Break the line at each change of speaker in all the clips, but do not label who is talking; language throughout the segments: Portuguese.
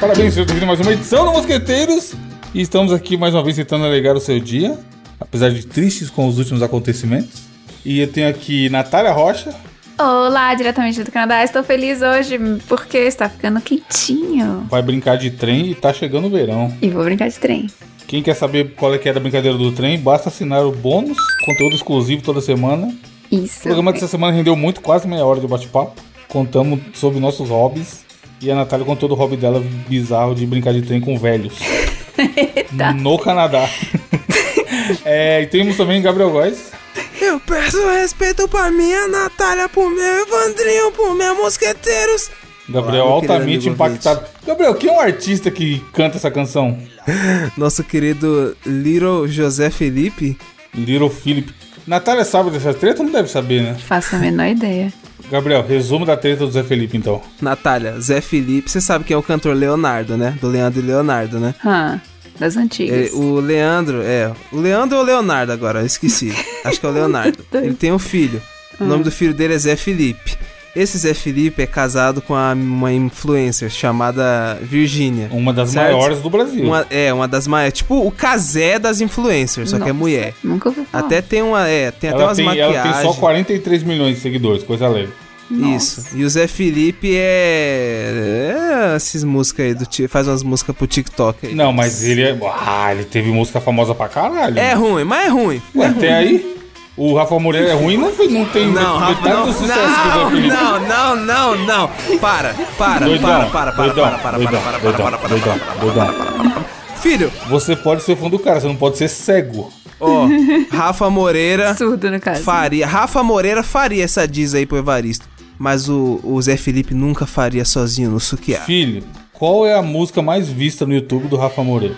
Parabéns, senhor, devido a mais uma edição do Mosqueteiros. E estamos aqui mais uma vez tentando alegar o seu dia, apesar de tristes com os últimos acontecimentos. E eu tenho aqui Natália Rocha.
Olá, diretamente do Canadá. Estou feliz hoje porque está ficando quentinho.
Vai brincar de trem e tá chegando o verão.
E vou brincar de trem.
Quem quer saber qual é que é da brincadeira do trem, basta assinar o bônus, conteúdo exclusivo toda semana. O
Isso.
programa dessa semana rendeu muito, quase meia hora de bate-papo. Contamos sobre nossos hobbies. E a Natália contou do hobby dela bizarro de brincar de trem com velhos. No Canadá. É, e temos também Gabriel Góes.
Eu peço respeito pra minha Natália, pro meu Evandrinho, pro meu Mosqueteiros.
Gabriel
Olá, meu querido
altamente
amigo
impactado. Gabriel, quem é um artista que canta essa canção?
Nosso querido Little José Felipe.
Little Philip. Natália sabe dessa treta? Não deve saber, né?
Faço a menor ideia.
Gabriel, resumo da treta do Zé Felipe, então.
Natália, Zé Felipe, você sabe quem é o cantor Leonardo, né? Do Leandro e Leonardo, né?
Hã, das antigas.
Ele- o Leandro, é. O Leandro ou o Leonardo agora? Eu esqueci. Acho que é o Leonardo. Ele tem um filho. O nome do filho dele é Zé Felipe. Esse Zé Felipe é casado com a- uma influencer chamada Virgínia.
Uma das
Certo.
maiores do Brasil.
Uma- é, uma das maiores. Tipo o casé das influencers, só que é
Nossa, Ah.
mulher.
Nunca ouvi falar.
Até tem uma. É, tem até
Ela
umas
tem, ela
maquiagens.
tem só 43 milhões de seguidores, coisa leve.
Nossa.
Isso. E o Zé Felipe é. é essas músicas aí do ti- Faz umas músicas pro TikTok aí.
Não, mas ele é. Ah, ele teve música famosa pra caralho.
É ruim, mas é ruim.
Ué, Até aí, o Rafa Moreira é ruim, não, foi- não tem
Não,
metade
Rafa, não,
do sucesso que o Zé
não,
Felipe.
não, não, não, não. Para, para, para,
Doidão,
para, para,
doidão,
para, para,
doidão,
para, para,
doidão,
para, para, para,
doidão, doidão.
para. Filho,
Você pode ser fã do cara, você não pode ser cego.
ó, Rafa Moreira
Surdo, no caso.
faria, Rafa Moreira faria essa diz aí pro Evaristo. Mas o, o Zé Felipe nunca faria sozinho no Sukiá.
Filho, qual é a música mais vista no YouTube do Rafa Moreira?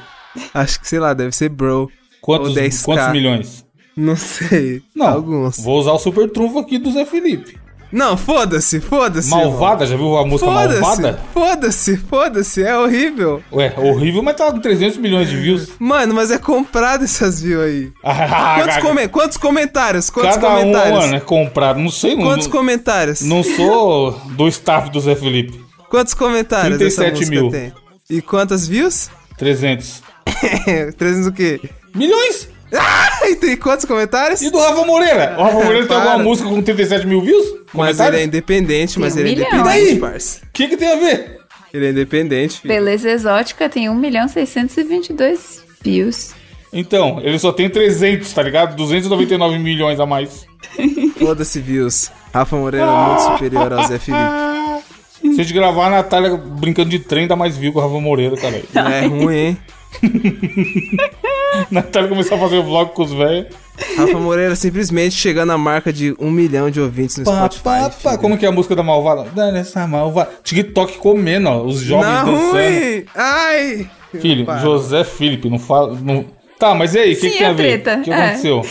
Acho que, sei lá, deve ser bro.
Quantos,
Ou 10K.
quantos milhões?
Não sei.
Não,
Alguns.
vou usar o super trunfo aqui do Zé Felipe.
Não, foda-se, foda-se.
Malvada, já viu a música
Foda-se,
Malvada?
foda-se, foda-se, é horrível.
Ué, horrível, mas tá com 300 milhões de views.
Mano, mas é comprado essas views aí. Quantos, come- quantos comentários? Quantos
Ah, Cada um,
comentários?
mano, é comprado. Não sei, não,
Quantos
não,
comentários?
não sou do staff do Zé Felipe.
Quantos comentários
37
essa música
mil.
tem? E quantas views?
300.
300 o quê?
Milhões!
Ah, e tem quantos comentários?
E do Rafa Moreira? O Rafa Moreira tem
Para.
alguma música com 37 mil views?
Mas ele é
Comentário?
independente, mas
Tem um
ele é
milhão,
independente,
hein?
parça.
O que, que tem a ver?
Ele é independente, filho.
Beleza exótica tem 1 milhão 622 views.
Então, ele só tem 300, tá ligado? 299 milhões a mais.
Foda-se views. Rafa Moreira é muito superior ao Zé Felipe.
Se a gente gravar a Natália brincando de trem, dá mais view que o Rafa Moreira, cara.
Não é ruim, hein?
Natália começou a fazer vlog com os velhos.
Rafa Moreira simplesmente chegando à marca de um milhão de ouvintes no
Pá,
Spotify.
pá, pá.
filho.
Como que é a música da malvada? Dando essa malvada. TikTok comendo, ó. Os jovens
Não, é
dançando.
ruim! Ai!
Filho,
Pá.
José Felipe, não fala. Não... Tá, mas e aí, o que,
Sim,
que tem
a
a ver?
treta,
O que
é.
aconteceu?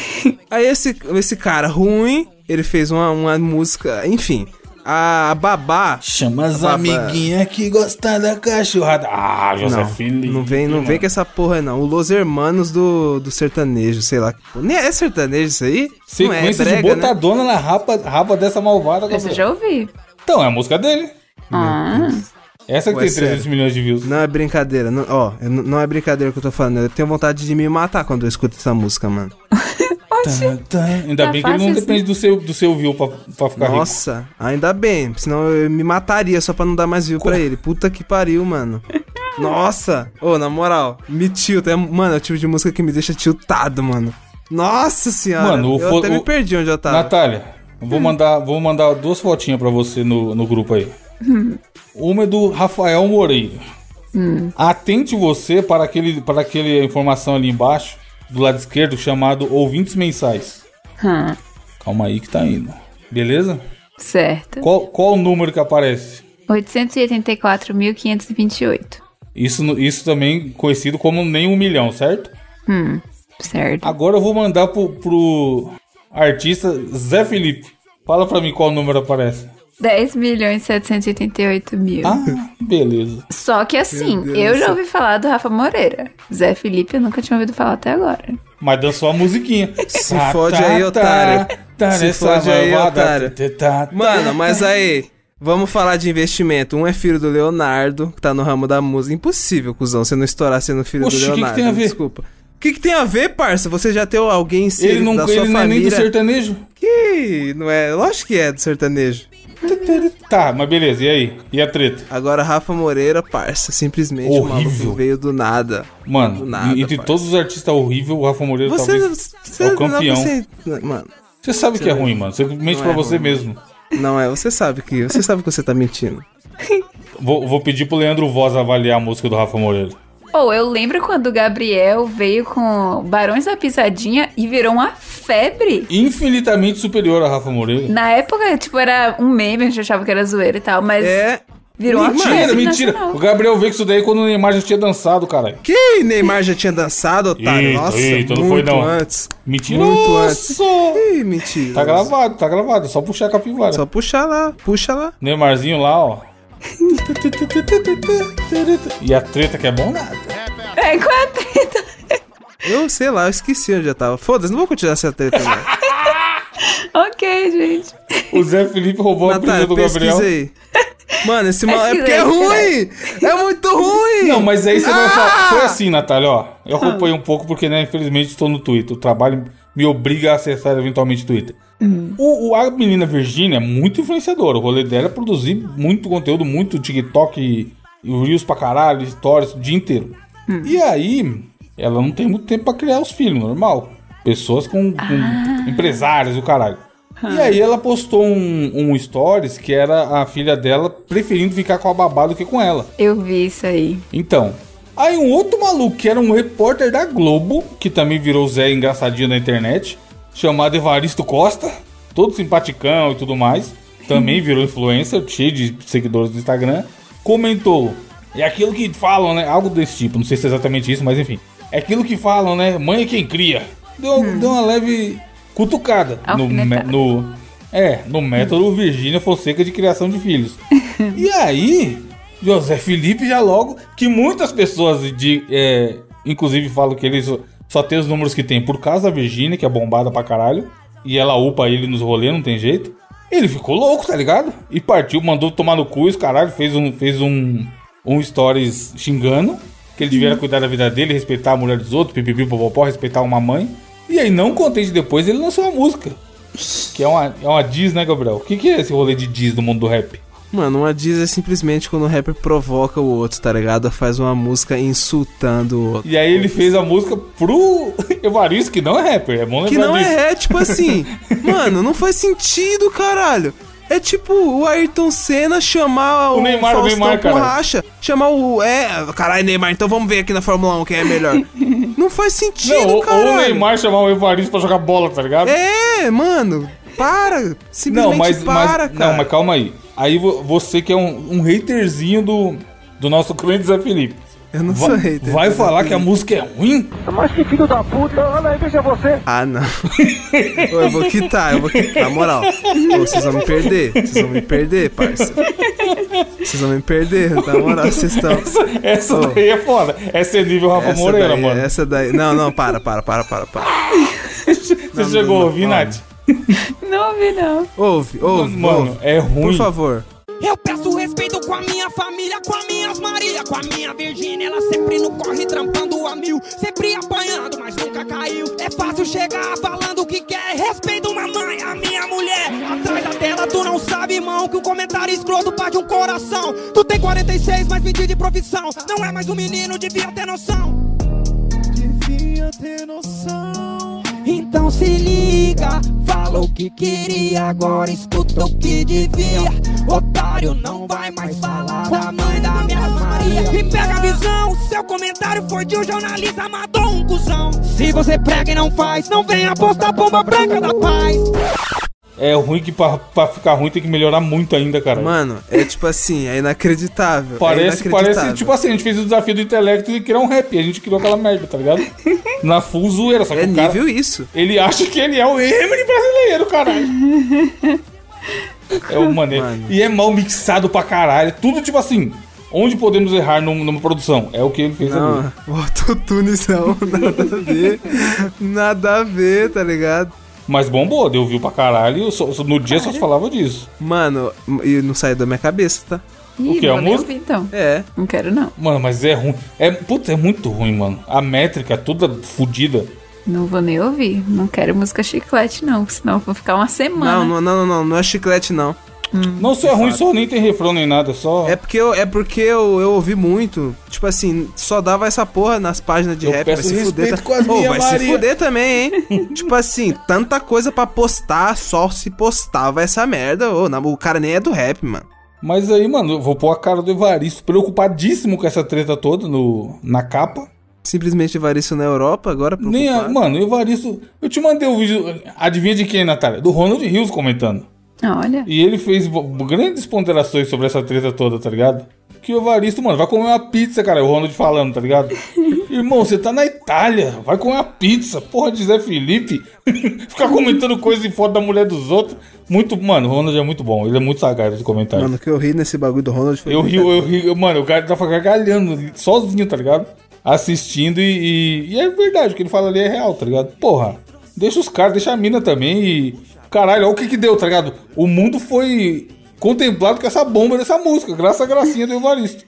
Aí esse, esse cara ruim, ele fez uma, uma música, enfim. A Babá.
Chama as
Papa-
amiguinhas que gostam da cachorrada. Ah, José
Não,
Felipe.
não vem, não vem com essa porra, não. O Los Hermanos do, do sertanejo, sei lá. Nem é sertanejo isso aí? Não é, é
Sequência de
brega, né?
botadona na rapa, rapa dessa malvada.
Essa
Gabriel.
eu já ouvi.
Então, é a música dele.
Ah,
Essa que
Ué,
tem
sério.
300 milhões de views.
Não é brincadeira, não- ó, eu n- não é brincadeira que eu tô falando. Eu tenho vontade de me matar quando eu escuto essa música, mano.
Tá, tá. Ainda
Tá
bem que ele não
fácil,
depende
sim.
do seu, do seu view pra, pra ficar rico.
Nossa, ainda bem, senão eu me mataria só pra não dar mais view pra ele. Puta que pariu, mano. Nossa! Ô, na moral, me tilta. É, mano, é o tipo de música que me deixa tiltado, mano. Nossa senhora!
Mano, o
eu
fo-
até
o-
me perdi onde eu tava.
Natália, eu vou, mandar, vou mandar duas fotinhas pra você no, no grupo aí. Uma é do Rafael Moreira. Atente você para aquele, para aquele informação ali embaixo, do lado esquerdo, chamado ouvintes mensais.
Tá.
hã,
Calma aí que tá indo. Beleza?
certo.
Qual, qual o número que aparece?
884.528.
Isso, no- isso também conhecido como nem um milhão, certo?
Hum, certo.
Agora eu vou mandar pro, pro artista Zé Felipe. Fala pra mim qual número aparece.
10 milhões 788 mil.
Ah, beleza.
Só que assim,
Meu Deus
eu
do
já
céu.
ouvi falar do Rafa Moreira. Zé Felipe eu nunca tinha ouvido falar até agora.
Mas dançou a musiquinha.
Se fode aí, otário. Se fode aí, otário. Mano, mas aí, Vamos falar de investimento. Um é filho do Leonardo, que tá no ramo da música. Impossível, cuzão, você não estourar sendo filho
Oxi,
do
que que
Leonardo.
tem a ver?
Desculpa. O que, que tem a ver, parça? Você já tem alguém
Ele
inserido
não,
da sua
ele não é nem do
família?
sertanejo?
Que não é. Lógico que é do sertanejo.
Tá, mas beleza, e aí? E a treta?
Agora, Rafa Moreira, parça, simplesmente o
Horrível.
maluco veio do nada.
Mano,
Do nada,
e de
parça.
todos os artistas horríveis, o Rafa Moreira
Você,
talvez...
você
é o campeão.
Não, você, mano,
Você sabe que é ruim, mano. Você mente
Não
pra
é
você
ruim.
mesmo.
não é, você sabe que você sabe que você tá mentindo.
Vou, vou pedir pro Leandro Voz avaliar a música do Rafa Moreira.
Ou eu lembro quando o Gabriel veio com Barões da Pisadinha e virou uma febre.
Infinitamente superior a Rafa Moreira.
Na época, tipo, era um meme, a gente achava que era zoeira e tal, mas
É.
virou uma
Mentira,
febre
mentira.
nacional.
O Gabriel veio com isso daí é quando o Neymar já tinha dançado, caralho.
Que Neymar já tinha dançado, otário?
Eita,
Nossa,
eita, não
muito
foi não.
antes.
Mentira.
Muito antes.
Nossa!
Ih, mentira.
Tá gravado, tá gravado. É só puxar a capivara.
Só puxa lá, puxa lá.
Neymarzinho lá, ó. E a treta que é bom nada.
É, qual é a treta?
Eu sei lá, eu esqueci onde eu tava. Foda-se, não vou continuar essa treta, não.
Ok, gente.
O Zé Felipe roubou a
Natália,
apelido do Gabriel.
pesquisa aí. Mano, esse mal é porque é
Pesquisei,
ruim! É muito ruim!
Não, mas aí você vai
Ah!
falar. Foi assim, Natália, ó. Eu acompanho um pouco porque, né, infelizmente, estou no Twitter. O trabalho me obriga a acessar eventualmente o Twitter. O, o- a menina Virgínia é muito influenciadora. O rolê dela é produzir muito conteúdo, muito TikTok e, e Reels pra caralho, stories, o dia inteiro. E aí, ela não tem muito tempo pra criar os filhos, normal. Pessoas com, com empresários, o caralho. E aí ela postou um, um stories que era a filha dela preferindo ficar com a babá do que com ela.
Eu vi isso aí.
Então, aí um outro maluco que era um repórter da Globo, que também virou Zé engraçadinho na internet, chamado Evaristo Costa, todo simpaticão e tudo mais, também virou influencer, cheio de seguidores do Instagram, comentou: "É aquilo que falam, né? Algo desse tipo, não sei se é exatamente isso, mas enfim. É aquilo que falam, né? Mãe é quem cria". Deu, deu uma leve cutucada no, me-
Alfinetada.
no é, no método Virgínia Fonseca de criação de filhos. e aí, José Felipe já logo, que muitas pessoas de, é, inclusive falam que ele só, só tem os números que tem por causa da Virgínia, que é bombada pra caralho, e ela upa ele nos rolê, não tem jeito. Ele ficou louco, tá ligado? E partiu, mandou tomar no cu, esse caralho, fez um, fez um, um stories xingando, que ele devia cuidar da vida dele, respeitar a mulher dos outros, pipipi, popopó, respeitar uma mãe. E aí, não contente depois, ele lançou uma música. Que é uma, é uma diz, né, Gabriel? O que, que é esse rolê de diz do mundo do rap?
Mano, uma diz é simplesmente quando o rapper provoca o outro, tá ligado? Faz uma música insultando o outro.
E aí ele fez a música pro Evaristo, que não é rapper, é bom lembrar
Que não
disso.
é, é tipo assim, mano, não faz sentido, caralho. É tipo o Ayrton Senna chamar o,
O Neymar, o
Faustão
Neymar,
com
caralho.
racha, chamar o é, caralho Neymar, então vamos ver aqui na Fórmula 1 quem é melhor. não faz sentido,
Não, ou,
caralho.
ou o Neymar chamar o Evaristo pra jogar bola, tá ligado?
É, mano, para, simplesmente
não, mas,
para,
mas,
cara.
não, mas calma aí. Aí vo- você que é um, um haterzinho do, do nosso grande Zé Felipe.
Eu não
Va-
sou hater.
vai
eu não
falar
sou
que a música é ruim?
Mas que filho da puta, olha aí, veja você.
Ah, não. Ô, eu vou quitar, eu vou quitar. Na moral. Ô, vocês vão me perder. Vocês vão me perder, parça. Vocês vão me perder. Na moral, vocês estão.
Essa
Ô.
daí é foda. Essa é nível Rafa
Oh. Essa
Moreira,
daí,
mano.
Essa daí. Não, não, para, para, para, para, para.
Você
não,
chegou a
não,
ouvir,
não.
Nath?
Não vi, não.
Ouve, ouve.
Mano,
ouve.
é ruim.
Por favor.
Eu peço respeito com a minha família, com as minhas Maria, com a minha Virgínia. Ela sempre no corre, trampando a mil, sempre apanhando, mas nunca caiu. É fácil chegar falando o que quer. Respeito mamãe, a minha mulher. Atrás da tela, tu não sabe, irmão, que o comentário escroto parte um coração. Tu tem 46, mas pedi de profissão. Não é mais um menino, devia ter noção. Devia ter noção. Então se liga, fala o que queria, agora escuta o que devia. Otário não vai mais falar da mãe da minha Maria. E pega a visão, seu comentário foi de um jornalista, matou um cuzão. Se você prega e não faz, não venha postar bomba branca da paz.
É ruim que pra, pra ficar ruim tem que melhorar muito ainda, cara.
Mano, é tipo assim, é inacreditável. é
Parece, parece,
inacreditável.
tipo assim, a gente fez o desafio do intelecto de criar um rap. A gente criou aquela merda, tá ligado? Na full zoeira, só que
É
o cara,
nível isso.
ele acha que ele é o Emily brasileiro, caralho. É o maneiro.
Mano.
E é mal mixado pra caralho. Tudo tipo assim, onde podemos errar num- numa produção? É o que ele fez ali.
Não, o autotune não, nada a ver. Nada a ver, tá ligado?
Mas bombou, deu view pra caralho. Só- só- no dia só se falava disso.
Mano, e não saiu da minha cabeça, tá?
Ih,
O quê? A
não vou nem
música?
ouvir, então.
É.
Não quero, não.
Mano, mas é ruim. É, puta, é muito ruim, mano. A métrica é toda fodida.
Não vou nem ouvir. Não quero música chiclete, não. Senão eu vou ficar uma semana.
Não, não, não, não, não é chiclete, não.
Não só é ruim, só nem tem refrão nem nada, só.
É porque eu, é porque eu, eu ouvi muito. Tipo assim, só dava essa porra nas páginas de
Eu
rap.
peço
vai se fuder.
respeito
tá-
com as
Ô,
minha
vai se
Maria.
fuder também, hein? tipo assim, tanta coisa pra postar, só se postava essa merda. Ô, na- o cara nem é do rap, mano.
Mas aí, mano, eu vou pôr a cara do Evaristo preocupadíssimo com essa treta toda no, na capa.
Simplesmente Evaristo na Europa, agora preocupado.
Nem a, mano, o Evaristo. Eu te mandei o vídeo. Adivinha de quem, Natália? Do Ronald Rios comentando.
Olha.
E ele fez bo- grandes ponderações sobre essa treta toda, tá ligado? Que o Evaristo, mano, vai comer uma pizza, cara. O Ronald falando, tá ligado? Irmão, você tá na Itália, vai comer uma pizza. Porra de Zé Felipe. Ficar comentando coisa e foto da mulher dos outros. Muito, mano, o Ronald é muito bom. Ele é muito sagaz nos comentários.
Mano, o que eu ri nesse bagulho do Ronald foi.
Eu ri, eu ri, eu- mano, o cara tava gargalhando sozinho, tá ligado? Assistindo e, e- e é verdade, o que ele fala ali é real, tá ligado? Porra, deixa os caras, deixa a mina também e. Caralho, olha o que que deu, tá ligado? O mundo foi contemplado com essa bomba dessa música, graças à gracinha do Evaristo.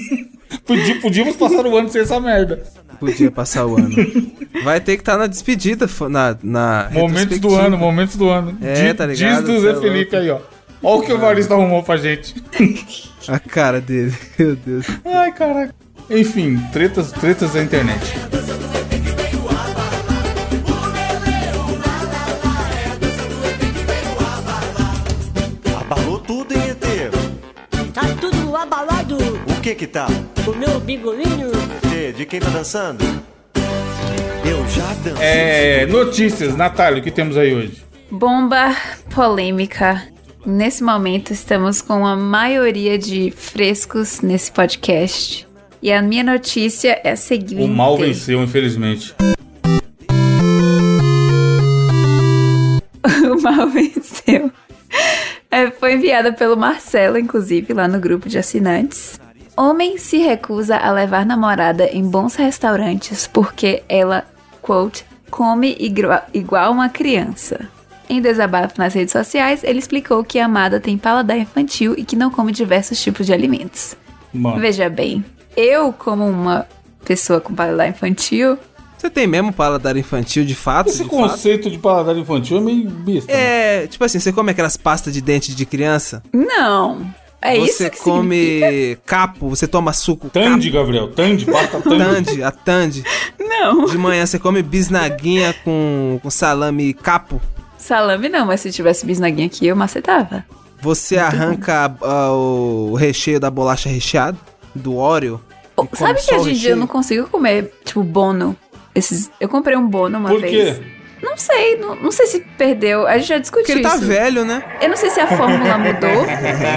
Podi- Podíamos passar o ano sem essa merda.
Podia tá passar o ano. Vai ter que estar na despedida, fo- na. na
Momentos do
retrospectiva.
ano, momentos do ano.
É,
Di-
tá
Diz
ligado?
do
Cê é
Zé
louco.
Felipe aí, ó. Olha o que o Evaristo arrumou pra gente.
A cara dele, meu Deus.
Ai, caraca. Enfim, tretas, tretas da internet.
Abalou tudo, hein, ET?
Tá tudo abalado,
O que que tá?
o meu bigolinho.
ET, de quem tá dançando? Eu já dancei.
É, notícias, Natália, o que temos aí hoje?
Bomba polêmica. Nesse momento estamos com a maioria de frescos nesse podcast. E a minha notícia é a seguinte.
O mal venceu, infelizmente.
o mal venceu. É, foi enviada pelo Marcelo, inclusive, lá no grupo de assinantes. Homem se recusa a levar namorada em bons restaurantes porque ela, quote, come igua- igual uma criança. Em desabafo nas redes sociais, ele explicou que a amada tem paladar infantil e que não come diversos tipos de alimentos.
Mano,
Veja bem, eu, como uma pessoa com paladar infantil,
Você tem mesmo paladar infantil de fato?
esse
de fato?
conceito de paladar infantil é meio besta. né?
É, tipo assim, você come aquelas pastas de dente de criança?
não. É isso
você
que
come capo, você toma suco.
Tandy, Gabriel, Tandy, basta
capo,
Tandy.
tande, a tande.
significa? Não.
De manhã você come bisnaguinha com, com salame capo.
Salame não, mas se tivesse bisnaguinha aqui, eu macetava.
Você arranca ah, o recheio da bolacha recheada, do Oreo. e come
Sabe que
só o
hoje em dia eu não
recheio?
consigo comer, tipo, bono? Esses... Eu comprei um bono uma
Por
vez.
quê?
Não sei, não, não sei se perdeu. A gente já discutiu
Porque ele tá
isso.
velho, né?
Eu não sei se a fórmula mudou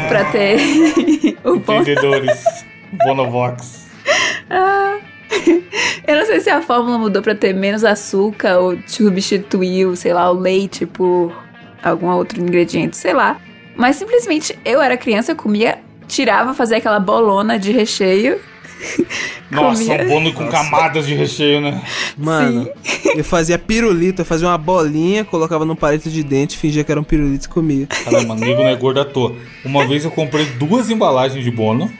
pra ter o bono.
Entendedores. Bonovox.
Eu não sei se a fórmula mudou pra ter menos açúcar ou substituiu, sei lá, o leite por algum outro ingrediente, sei lá. Mas simplesmente eu era criança, eu comia, tirava, fazia aquela bolona de recheio.
Nossa,
Comia.
um bono com camadas de recheio, né?
Mano, eu fazia pirulito, eu fazia uma bolinha, colocava num palito de dente, fingia que era um pirulito e comia.
Caramba, nego não é gordo à toa. Uma vez eu comprei duas embalagens de bono.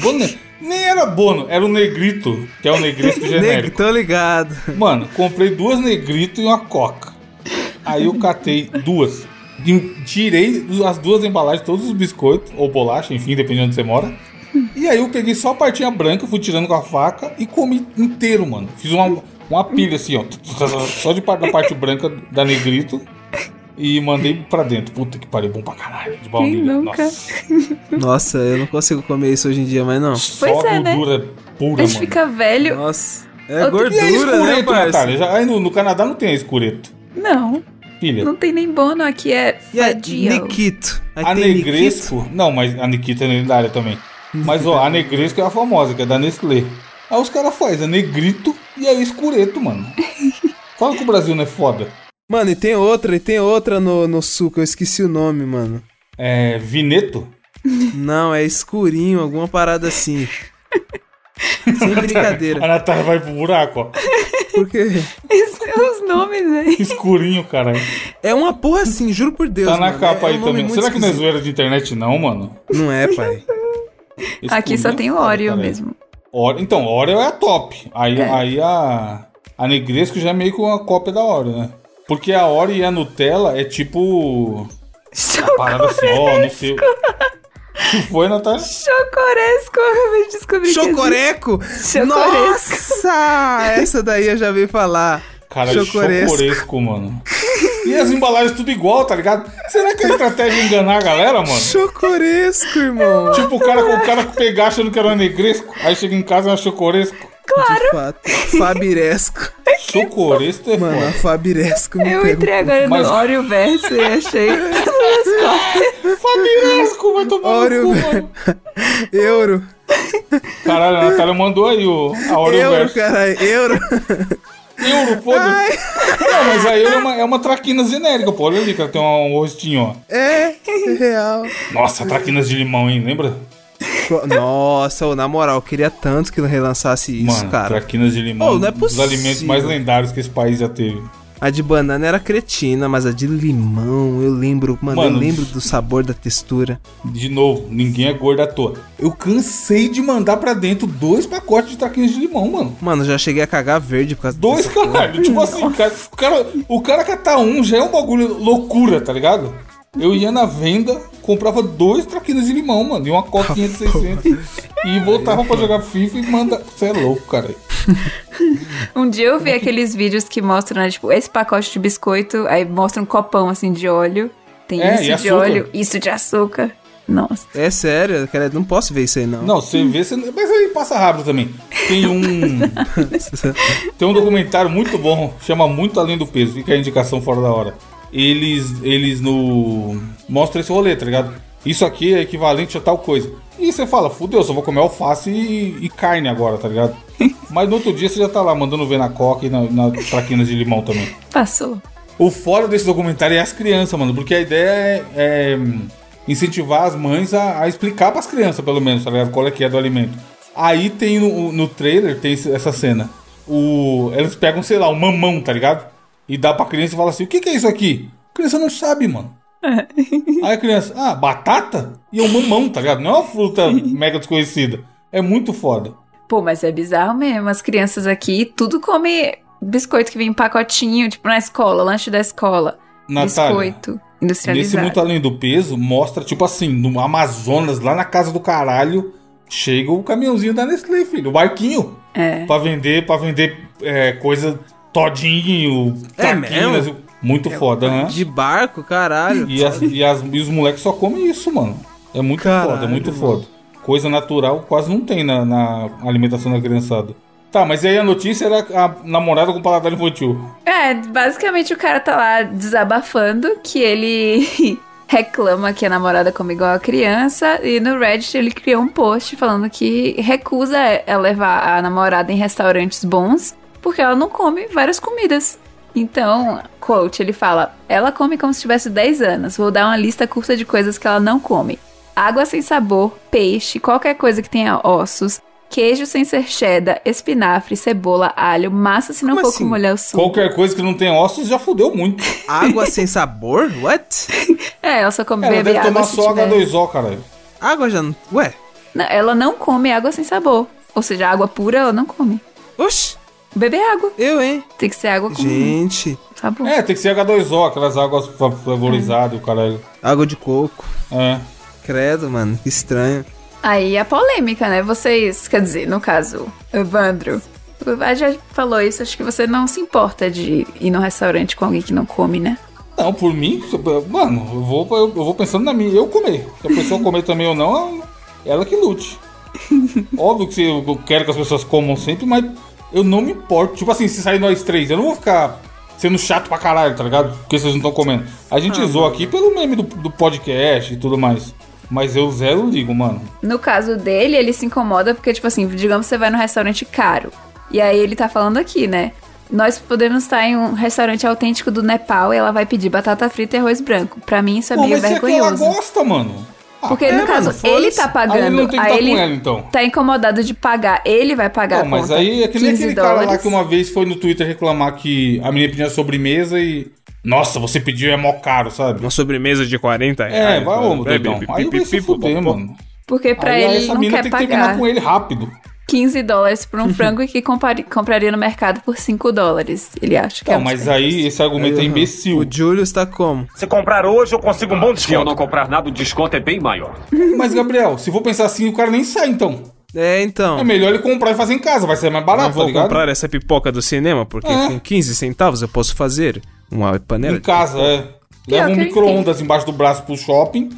bono nem era bono, era um negrito, que é um negrito
Nego,
genérico.
tô ligado.
Mano, comprei duas negrito e uma coca. Aí eu catei duas. E Tirei as duas embalagens, todos os biscoitos, ou bolacha, enfim, dependendo de onde você mora. E aí eu peguei só a partinha branca, fui tirando com a faca e comi inteiro, mano. Fiz uma, uma pilha assim, ó. Só de parte da parte branca da negrito. E mandei pra dentro. Puta que pariu, bom pra caralho. De baunilha.
nunca?
Nossa,
Nossa, eu não consigo comer isso hoje em dia, mas não.
só
Pois é, né?
gordura pura,
A gente
mano.
fica velho.
Nossa,
Eu
E é
tô-
é gordura, né,
escureto, Natália?
parça?
Já, aí no, no Canadá não tem escureto.
Não,
Filha.
não tem nem bono aqui, é
E a
fadio.
Nikito? Aí
A
tem
Negresco. Não, mas a Nikita é lendária também. Mas ó, a Negresco é a famosa, que é da Nestlé. Aí os caras fazem a Negrito e aí escureto, mano. Fala que o Brasil não é foda.
Mano, e tem outra, e tem outra no, no suco, eu esqueci o nome, mano.
É. Vineto?
Não, é escurinho, alguma parada assim. Sem
A
brincadeira.
Natália vai pro buraco, ó.
Porque
Esses são os nomes, velho.
Escurinho, caralho.
É uma porra assim, juro por Deus.
Tá na
mano.
capa
É
aí
um nome
também.
muito
Será que não é
esquisito.
zoeira de internet, não, mano?
Não é, pai.
Esse
Aqui só
pulinho
tem o
foda,
Oreo
caralho.
mesmo.
Oreo- então, Oreo é a top. Aí,
É.
aí a, a Negresco já é meio que uma cópia da Oreo, né? Porque a Oreo e a Nutella é tipo. Parada assim, ó, não sei. Que foi, Natália?
Chocoresco, eu acabei de descobrir. que
Chocoreco?
Chocoresco.
Nossa! Essa daí eu já vi falar.
Cara,
Chocoresco.
chocoresco. mano. E as embalagens tudo igual, tá ligado? Será que a estratégia é enganar a galera, mano?
Chocoresco, irmão.
Tipo, o cara, o cara que pegar achando que era uma negresco, aí chega em casa é uma chocoresco.
De fato. Fabiresco.
Chocoresco é
Mano, a
foda.
Fabiresco me
Eu
pegou.
entrei agora
Mas-
no Oreo Verso e achei.
Fabiresco, vai tomar
Oreo.
no cu, mano.
Euro.
Caralho, a Natália mandou aí o, a hora
euro,
Euro,
caralho. Euro.
Euro, foda-se. Não, mas a Euro é uma, é uma traquina genérica, pô. Olha ali que ela tem um, rostinho, ó.
É, é real.
Nossa, traquinas de limão, hein? Lembra?
Co- Nossa, ô, na moral, eu queria tanto que não relançasse isso,
Mano,
cara.
traquinas de limão.
Pô, não é
Os alimentos
possível.
mais lendários que esse país já teve.
A de banana era cretina, mas a de limão, eu lembro, mano, eu
Mano,
lembro do sabor, da textura.
De novo, ninguém é gordo à toa. Eu cansei de mandar pra dentro dois pacotes de traquinas de limão, mano.
Mano, eu já cheguei a cagar verde por causa
Dois,
dessa
caralho. Tipo assim, cara, o, cara, o cara catar um já é um bagulho loucura, tá ligado? Eu ia na venda, comprava dois traquinas de limão, mano, e uma coquinha de 600. e voltava pra jogar FIFA e manda. Você é louco, cara.
Um dia eu vi aqueles vídeos que mostram, né, tipo, esse pacote de biscoito, aí mostra um copão assim de óleo. Tem
É, e
isso de
açúcar.
óleo, isso de açúcar. Nossa.
É sério, cara, eu não posso ver isso aí, não.
Não, você vê, você... mas aí passa rápido também. Tem um. Tem um documentário muito bom, chama Muito Além do Peso, fica a indicação fora da hora. Eles, eles no. mostra esse rolê, tá ligado? Isso aqui é equivalente a tal coisa. E você fala, fudeu, só vou comer alface e, e carne agora, tá ligado? Mas no outro dia você já tá lá mandando ver na coca e na, na traquinas de limão também.
Passou.
O fora desse documentário é as crianças, mano, porque a ideia é, é, incentivar as mães a, a explicar pras crianças, pelo menos, tá ligado? Qual é que é do alimento. Aí tem no, no trailer, tem esse- essa cena. O, eles pegam, sei lá, um mamão, tá ligado? E dá pra criança e fala assim: o que, que é isso aqui? A criança não sabe, mano. Aí a criança, ah, batata? E é um mamão, tá ligado? Não é uma fruta mega desconhecida. É muito foda.
Pô, mas é bizarro mesmo. As crianças aqui, tudo come biscoito que vem em pacotinho, tipo na escola, lanche da escola.
Natália.
biscoito
Nesse
industrializado.
Muito Além do Peso, mostra, tipo assim, no Amazonas, lá na casa do caralho, chega o caminhãozinho da Nestlé, filho, o barquinho,
É.
pra vender, pra vender é, coisa todinho,
É
taquinas,
mesmo? É
muito foda, né?
De barco, caralho.
E, as- e as- e os moleques só comem isso, mano. É muito
Caralho,
foda, é muito
mano.
foda. Coisa natural quase não tem na, na alimentação da criançada. Tá, mas aí a notícia era a namorada com paladar infantil.
É, basicamente o cara tá lá desabafando que ele reclama que a namorada come igual a criança e no Reddit ele criou um post falando que recusa a levar a namorada em restaurantes bons porque ela não come várias comidas. Então, quote, ele fala: "Ela come como se tivesse 10 anos. Vou dar uma lista curta de coisas que ela não come: água sem sabor, peixe, qualquer coisa que tenha ossos, queijo sem ser cheddar, espinafre, cebola, alho, massa se não
Como
for
assim?
com molhar o suco.
Qualquer coisa que não tem ossos já fudeu muito.
Água sem sabor? What?
É, ela só come
Ela
bebe
deve
água
tomar
se
só
tiver.
H2O, caralho.
Água já não. Ué?
Não, ela não come água sem sabor. Ou seja, água pura ela não come.
Oxi,
Beber água.
eu, hein?
Tem que ser água com
Gente,
sabor.
É, tem que ser H2O, aquelas águas fa- favorizadas,
É.
o caralho.
água de coco.
É.
Credo, mano, que estranho.
Aí a polêmica, né? Vocês, quer dizer, no caso, Evandro. O Evandro já falou isso, acho que você não se importa de ir num restaurante com alguém que não come, né?
Não, por mim, mano, eu vou, eu vou pensando na minha. Eu comer. Se a pessoa comer também ou não, é ela que lute. Óbvio que se eu eu quero que as pessoas comam sempre, mas eu não me importo. Tipo assim, se sair nós três, eu não vou ficar sendo chato pra caralho, tá ligado? Porque vocês não estão comendo. A
Ah.
gente zoa aqui pelo meme do, do podcast e tudo mais. Mas eu zero ligo, mano.
No caso dele, ele se incomoda porque, tipo assim, digamos que você vai num restaurante caro. E aí ele tá falando aqui, né? Nós podemos estar em um restaurante autêntico do Nepal e ela vai pedir batata frita e arroz branco. Pra mim, isso é
Pô,
meio
mas se é que ela
vergonhoso.
gosta, mano. Ah,
Porque,
é,
no caso,
mano,
ele
foda-se.
tá pagando.
Aí ele não tem que
aí
tá com
ele
ela, então.
tá incomodado de pagar. Ele vai pagar
Não,
a
mas
conta.
aí é que nem
15
aquele cara lá
dólares.
que uma vez foi no Twitter reclamar que a menina pediu sobremesa e. Nossa, você pediu é mó caro, sabe?
Uma sobremesa de 40
É,
reais.
vai, ô,
bebe,
doidão.
bebe,
Aí
bebe,
vai se
bebe,
fuder,
bebe,
mano.
Porque pra
Aí
ele
essa
não
mina
quer
tem que terminar
pagar.
com ele rápido.
15 dólares por um frango que compari- compraria no mercado por 5 dólares. Ele acha que é
Não,
um
mas
frango.
aí esse
Uhum.
argumento é imbecil.
O Julius tá como?
Se comprar hoje, eu consigo um bom
Se eu
desconto.
não comprar nada, o desconto é bem maior.
Mas, Gabriel, se for pensar assim, o cara nem sai, então.
É, então.
É melhor ele comprar e fazer em casa, vai ser mais
não
barato, tá
vou
ligado?
comprar essa pipoca do cinema, porque
É.
com 15 centavos eu posso fazer uma panela.
Em casa, é.
Pior
Leva um
que eu
micro-ondas embaixo do braço pro shopping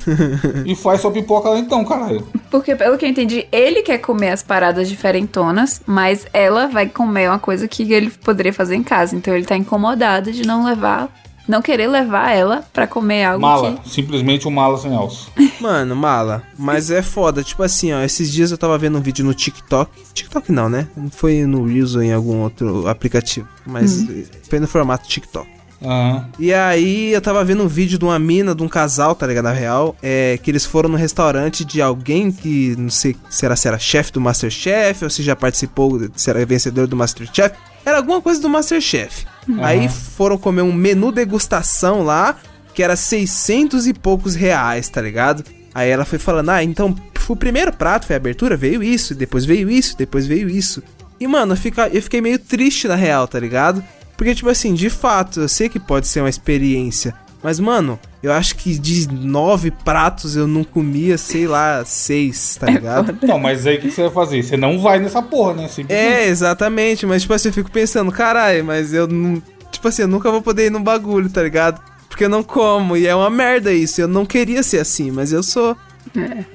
e faz sua pipoca lá então, caralho.
Porque, pelo que eu entendi, ele quer comer as paradas diferentonas, mas ela vai comer uma coisa que ele poderia fazer em casa. Então ele tá incomodado de não levar, não querer levar ela pra comer algo
Mala,
que.
simplesmente um mala sem alça.
Mano, mala. Mas é foda. Tipo assim, ó. Esses dias eu tava vendo um vídeo no TikTok. TikTok não, né? Foi no Reels ou em algum outro aplicativo. Mas
Hum.
foi no formato TikTok.
Aham.
E aí eu tava vendo um vídeo de uma mina, de um casal, tá ligado? Na real, é que eles foram no restaurante de alguém que não sei se era, se era chefe do Masterchef ou se já participou, se era vencedor do Masterchef. Era alguma coisa do Masterchef. Aí foram comer um menu degustação lá, que era 600 e poucos reais, tá ligado? Aí ela foi falando, ah, então o primeiro prato foi a abertura, veio isso, depois veio isso, depois veio isso. E, mano, eu, fica- eu fiquei meio triste na real, tá ligado? Porque, tipo assim, de fato, eu sei que pode ser uma experiência. Mas, mano, eu acho que de nove pratos eu não comia, sei lá, seis, tá ligado?
Não, mas aí o que você vai fazer? Você não vai nessa porra, né? Simplesmente.
É, exatamente. Mas, tipo assim, eu fico pensando, caralho, mas eu não. Tipo assim, eu nunca vou poder ir num bagulho, tá ligado? Porque eu não como. E é uma merda isso. Eu não queria ser assim, mas eu sou.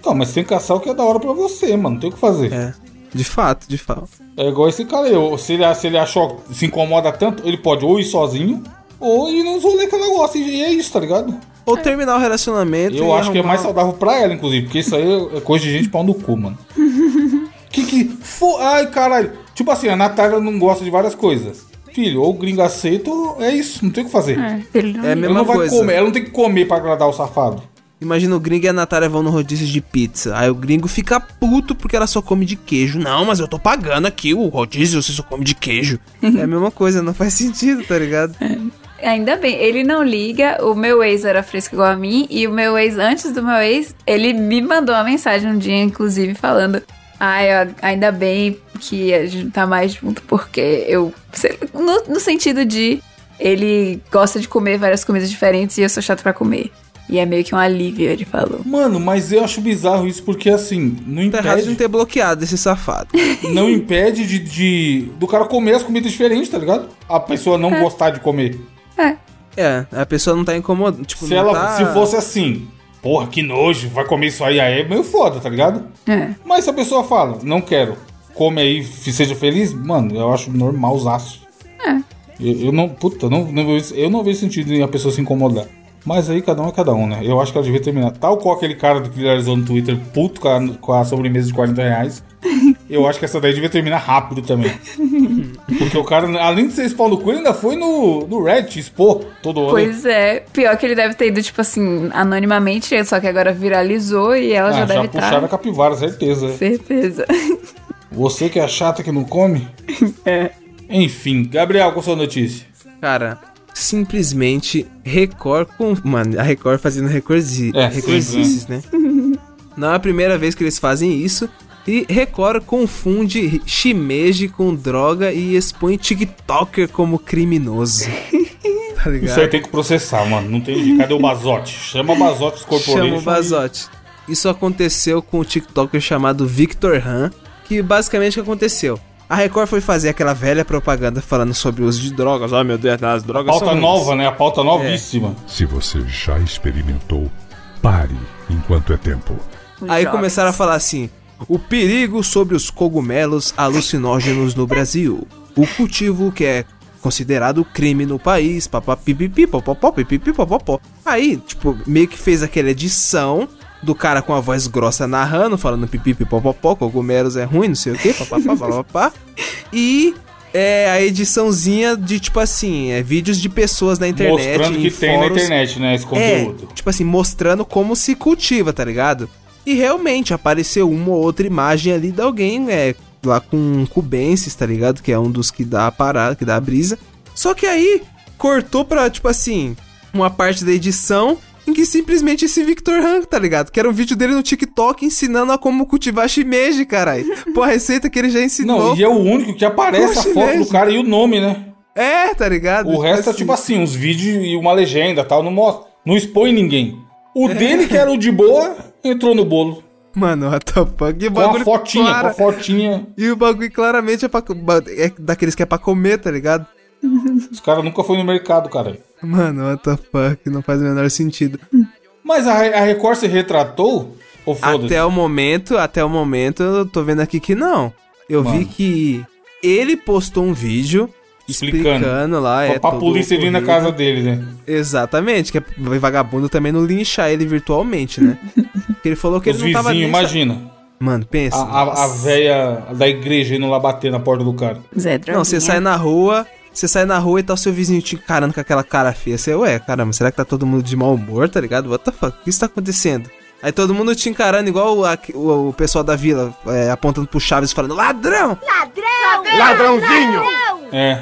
Não, mas tem que caçar o que é da hora pra você, mano. Não tem o que fazer. É,
É. De fato, de fato.
igual esse cara aí. ou Se ele, se ele achou, se incomoda tanto, ele pode ou ir sozinho, ou ir nos rolê que ela gosta. E é isso, tá ligado?
Ou terminar o relacionamento.
Eu
e
acho que é
arrumar- um-
mais saudável pra ela, inclusive, porque isso aí é coisa de gente pau no cu, mano. que que. Fo... Ai, caralho. Tipo assim, a Natália não gosta de várias coisas. Filho, ou o gringo aceita, ou é isso, não tem o que fazer.
Ele não-
É a
Ela
mesma
não vai
coisa.
comer, ela não tem que comer pra agradar o safado.
Imagina o gringo e a Natália vão no rodízio de pizza. Aí o gringo fica puto porque ela só come de queijo. Não, mas eu tô pagando aqui o rodízio, você só come de queijo. é a mesma coisa, não faz sentido, tá ligado?
Ainda bem, ele não liga. O meu ex era fresco igual a mim. E o meu ex, antes do meu ex, ele me mandou uma mensagem um dia, inclusive, falando: Ai, ó, ainda bem que a gente não tá mais junto, porque eu. sei lá", No, no sentido de ele gosta de comer várias comidas diferentes e eu sou chato pra comer. E é meio que um alívio, ele falou.
Mano, mas eu acho bizarro isso, porque assim, não
Tá errado de não
impede,
ter bloqueado esse safado.
não impede de, de- do cara comer as comidas diferentes, tá ligado? A pessoa não gostar de comer.
É, a pessoa não tá incomodando. Tipo,
Se
não
ela
tá-
se fosse assim, porra, que nojo, vai comer isso aí, aí é meio foda, tá ligado?
É.
Mas se a pessoa fala, não quero, come aí, f- seja feliz, mano, eu acho normalzaço. É. Eu, eu não, puta, não, não vejo- eu não vejo sentido em a pessoa se incomodar. Mas aí cada um é cada um, né? Eu acho que ela devia terminar. Tal qual aquele cara que viralizou no Twitter, puto com a, com a sobremesa de 40 reais. Eu acho que essa daí devia terminar rápido também. Porque o cara, além de ser spawn do cu, ele ainda foi no, no Reddit expor todo ano.
Pois é, pior que ele deve ter ido, tipo assim, anonimamente, só que agora viralizou e ela já
Ah, já
deve estar.
puxaram a capivara, certeza. né?
Certeza.
Você que é chata que não come?
É.
Enfim, Gabriel, qual a sua notícia?
Cara, simplesmente Record com. Mano, a Record fazendo recordi...
É,
recordices, né? Não é a primeira vez que eles fazem isso. E Record confunde shimeji com droga e expõe TikToker como criminoso. tá
Isso aí
ligado?
tem que processar, mano. Não tem jeito. Cadê o Bazote? Chama o Bazote Corporation.
Chama o Bazote. Isso aconteceu com o TikToker chamado Victor Han, que basicamente o que aconteceu? A Record foi fazer aquela velha propaganda falando sobre o uso de drogas. Oh meu Deus, as
e-
drogas são
Pauta
ruins.
nova, né? A pauta
É.
novíssima.
Se você já experimentou, pare enquanto é tempo.
Aí
jovens.
começaram a falar assim: o perigo sobre os cogumelos alucinógenos no Brasil. O cultivo que é considerado crime no país, papapipipi, popopó, pipipi, popopó. Aí, tipo, meio que fez aquela edição do cara com a voz grossa narrando, falando pipipi, popopó, cogumelos é ruim, não sei o que, papapá, papapá. E é a ediçãozinha de, tipo assim, é vídeos de pessoas na internet.
Mostrando
em
que tem na
fóruns.
internet, né? Esse
É,
conteúdo.
tipo assim, mostrando como se cultiva, tá ligado? E realmente apareceu uma ou outra imagem ali de alguém, é, lá com cubenses, tá ligado? Que é um dos que dá a parada, que dá a brisa. Só que aí cortou pra, tipo assim, uma parte da edição em que simplesmente esse Victor Han, tá ligado? Que era um vídeo dele no TikTok ensinando a como cultivar shimeji, caralho. Pô, a receita que ele já ensinou.
Não, e é o único que aparece
Poxa,
a foto
mesmo.
do cara e o nome, né?
É, tá ligado?
O resto é tipo assim, uns vídeos e uma legenda tal, não mostra. Não expõe ninguém. O
É.
dele, que era o de boa, entrou no bolo.
Mano, what the fuck? E o
Com a
bagulho
fotinha,
clara-
com a fotinha.
E o bagulho claramente é, pra, co- ba- é daqueles que é pra comer, tá ligado?
Os caras nunca foram no mercado, cara.
Mano, what the fuck? Não faz o menor sentido.
Mas a, a Record se retratou? Ou foda-se?
Até o momento, até o momento, eu tô vendo aqui que não. Eu vi
Mano.
que ele postou um vídeo explicando,
Explicando.
lá.
Pra,
é,
pra
todo
polícia ir na
ocorrido.
casa dele, né?
Exatamente, que é pra vagabundo também não linchar ele virtualmente, né? Porque ele falou que
Os
ele não tava
vizinhos,
nem sa-
imagina.
Mano, pensa.
A, a, a véia da igreja indo lá bater na porta do cara.
Zé
Não, você
Droguinha.
sai na rua, você sai na rua e tá o seu vizinho te encarando com aquela cara feia. Você, ué, caramba, será que tá todo mundo de mau humor, tá ligado? What the fuck? O que está acontecendo? Aí todo mundo te encarando igual o, aque- o- o pessoal da vila, é, apontando pro Chaves falando, ladrão!
Ladrãozinho!
É.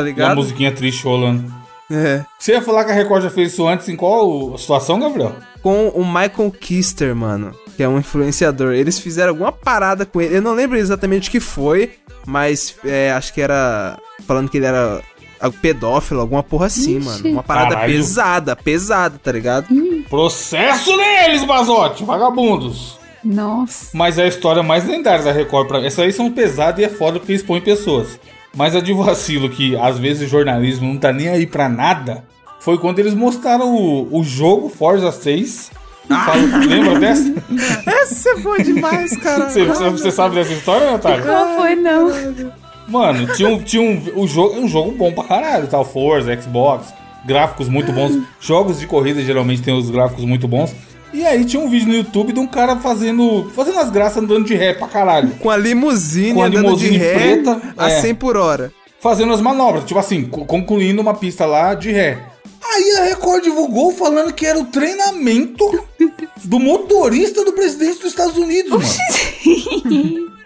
E a
ligado?
musiquinha triste rolando.
É.
Você ia falar que a Record já fez isso antes em qual situação, Gabriel?
Com o Michael Kister, mano, que é um influenciador. Eles fizeram alguma parada com ele. Eu não lembro exatamente o que foi, mas é, acho que era. Falando que ele era ah, pedófilo, alguma porra assim, mano. Uma parada
Caralho.
pesada, pesada, tá ligado?
Processo neles, Bazote! Vagabundos!
Nossa.
Mas é a história mais lendária da Record pra mim. Essas aí são pesadas e é foda porque expõe pessoas. Mas a de vacilo que às vezes o jornalismo não tá nem aí pra nada foi quando eles mostraram o, o jogo Forza 6. Fala- lembra dessa?
Essa é boa demais, cara.
Você, você- você sabe dessa história, Natália?
Qual foi, não?
Mano, tinha um, tinha um, o jogo, é um jogo bom pra caralho, tal, Forza, Xbox, gráficos muito bons. Jogos de corrida geralmente tem os gráficos muito bons. E aí tinha um vídeo no YouTube de um cara fazendo, fazendo as graças andando de ré pra caralho.
Com a limusine
Com a
andando de
limusine
ré
preta,
a
é.
100 por hora.
Fazendo as manobras, tipo assim, co- concluindo uma pista lá de ré. Aí a Record divulgou falando que era o treinamento do motorista do presidente dos Estados Unidos, mano.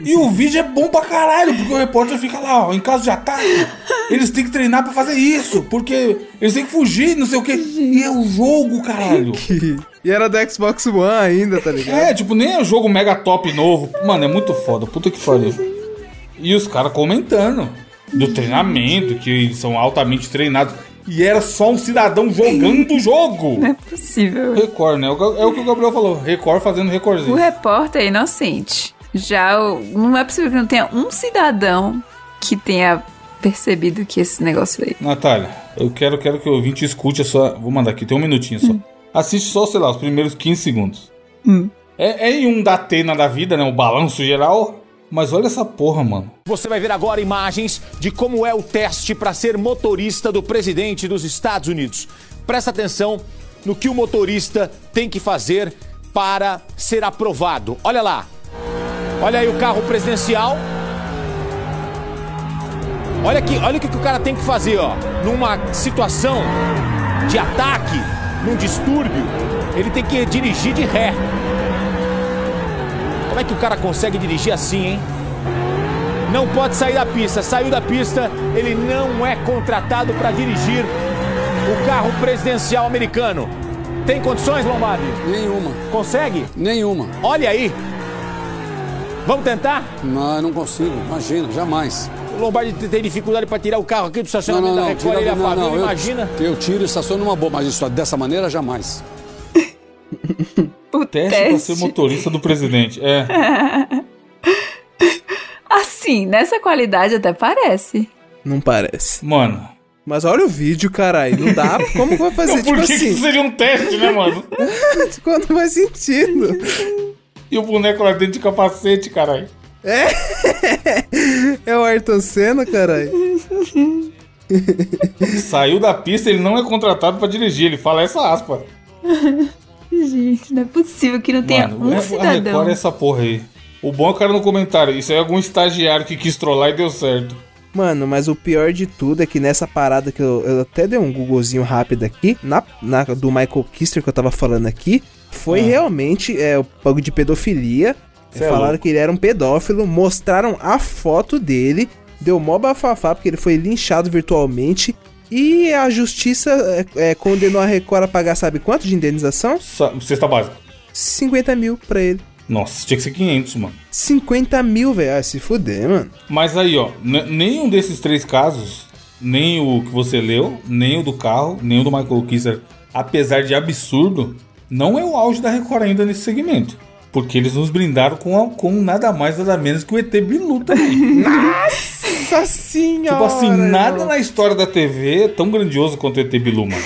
E o vídeo é bom pra caralho, porque o repórter fica lá, ó, em caso de ataque, eles têm que treinar pra fazer isso, porque eles têm que fugir, não sei o quê. E é o jogo, caralho.
E era do Xbox One ainda, tá ligado?
É, tipo, nem é um jogo mega top novo. Mano, é muito foda, puta que pariu. E os caras comentando do treinamento, que eles são altamente treinados. E era só um cidadão jogando o jogo.
Não é possível.
Record, né? É o que- é o que o Gabriel falou. Record fazendo
O
recordzinho.
repórter é inocente. Já o- não é possível que não tenha um cidadão que tenha percebido que esse negócio aí.
Natália, eu quero, quero que o ouvinte escute a sua. Vou mandar aqui, tem um minutinho só. Assiste só, sei lá, os primeiros 15 segundos.
Hum.
É, é em um da Atena da vida, né? O balanço geral. Mas olha essa porra, mano.
Você vai ver agora imagens de como é o teste para ser motorista do presidente dos Estados Unidos. Presta atenção no que o motorista tem que fazer para ser aprovado. Olha lá. Olha aí o carro presidencial. Olha aqui, olha o que que o cara tem que fazer, ó. Numa situação de ataque, num distúrbio, ele tem que dirigir de ré. Como é que o cara consegue dirigir assim, hein? não pode sair da pista. Saiu da pista, ele não é contratado para dirigir o carro presidencial americano. Tem condições, Lombardi?
Nenhuma,
Consegue?
nenhuma.
Olha aí. Vamos tentar?
Não, não consigo, imagina, jamais.
O Lombardi te- tem dificuldade para tirar o carro aqui do estacionamento da Record, ele e a família, imagina.
Eu, tiro e estaciono numa boa, mas isso é dessa maneira, jamais.
O
Teste, pra ser motorista do presidente. É.
Assim, nessa qualidade até parece.
Não parece.
Mano.
Mas olha o vídeo, caralho. Não dá. Como vai fazer?
Então, por que,
tipo
que isso
assim,
seria um teste, né, mano?
quando faz sentido.
E o boneco lá dentro de capacete, caralho.
É o Ayrton Senna, caralho.
Saiu da pista, ele não é contratado pra dirigir. Ele fala essa aspa.
Gente, não é possível que não tenha
Mano,
um
é- a
cidadão.
Record é essa porra aí. O bom é o cara no comentário. Isso aí é algum estagiário que quis trollar e deu certo.
Mano, mas o pior de tudo é que nessa parada que eu, eu até dei um Googlezinho rápido aqui, na, na- do Michael Kister que eu tava falando aqui, Foi realmente é, o pago de pedofilia.
Ah. Cê é
falaram
louco.
que ele era um pedófilo, mostraram a foto dele, deu mó bafafá porque ele foi linchado virtualmente. E a justiça é, é, condenou a Record a pagar, sabe quanto de indenização?
Sa- Cesta básica.
50 mil pra ele.
Nossa, tinha que ser 500, mano.
50 mil, velho. Ah, se fuder, mano.
Mas aí, ó, n- nenhum desses três casos, nem o que você leu, nem o do carro, nem o do Michael Kisser, apesar de absurdo, não é o auge da Record ainda nesse segmento. Porque eles nos brindaram com, a- com nada mais, nada menos que o ET Bilu também.
Nossa senhora!
tipo assim, nada na história da TV é tão grandioso quanto o ET Bilu, mano.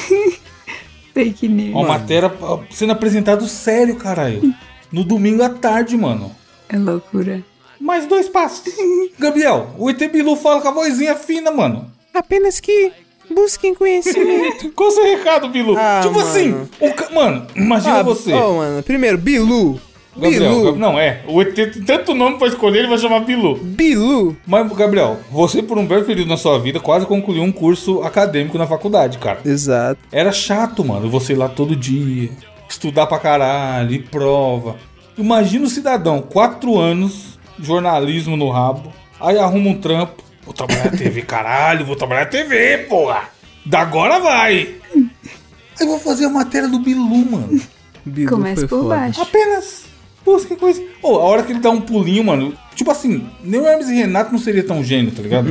Fake news.
Uma matéria ó, sendo apresentado sério, caralho. No domingo à tarde, mano.
É loucura.
Mais dois passos. Gabriel, o ET Bilu fala com a vozinha fina, mano.
Apenas que busquem conhecimento.
Qual o seu recado, Bilu?
Ah,
tipo
mano.
assim, o ca- mano, imagina
Ah,
você.
Ô, mano, primeiro, Bilu.
Gabriel,
Bilu.
Gab- não é. O ET tem tanto nome pra escolher, ele vai chamar Bilu.
Bilu.
Mas, Gabriel, você por um belo período na sua vida quase concluiu um curso acadêmico na faculdade, cara.
Exato.
Era chato, mano, você ir lá todo dia, estudar pra caralho, e prova. Imagina o cidadão, quatro anos, jornalismo no rabo, aí arruma um trampo. Vou trabalhar na TV, caralho, vou trabalhar na TV, porra. Da agora vai. Aí vou fazer a matéria do Bilu, mano.
Bilu
Começa
foi
por
foda.
baixo.
Apenas busca coisa. Ô, a hora que ele dá um pulinho, mano. Tipo assim, nem o Hermes e Renato não seria tão gênio, tá ligado?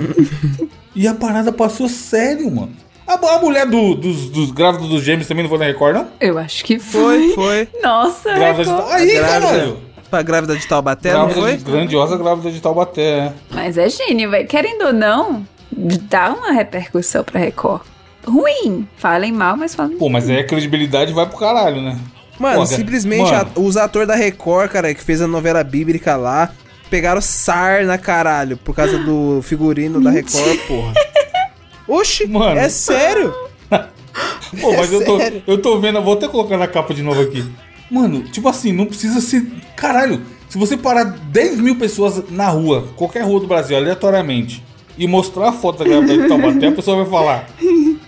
e a parada passou sério, mano. A, a mulher do- dos, dos grávidos dos gêmeos também não foi na Record, não?
Eu acho que foi.
Foi, foi.
Nossa,
Grávida de...
Record.
Aí,
grávida.
caralho!
Pra grávida de Taubaté, não
Grávida
foi?
de, grandiosa grávida de Taubaté. é.
Mas é gênio, velho. Querendo ou não, dá uma repercussão pra Record. Ruim. Falem mal, mas falem.
Pô, mas aí a credibilidade vai pro caralho, né?
Mano,
Pô, cara,
simplesmente
mano.
a- os atores da Record, cara, que fez a novela bíblica lá, pegaram sarna, caralho, por causa do figurino da Record, porra. Oxi,
Mano.
é sério?
Pô, mas
É
eu, tô,
sério.
eu tô vendo, eu vou até colocar na capa de novo aqui. Mano, tipo assim, não precisa ser. Caralho, se você parar 10 mil pessoas na rua, qualquer rua do Brasil, aleatoriamente, e mostrar a foto da grávida de Taubaté, a pessoa vai falar: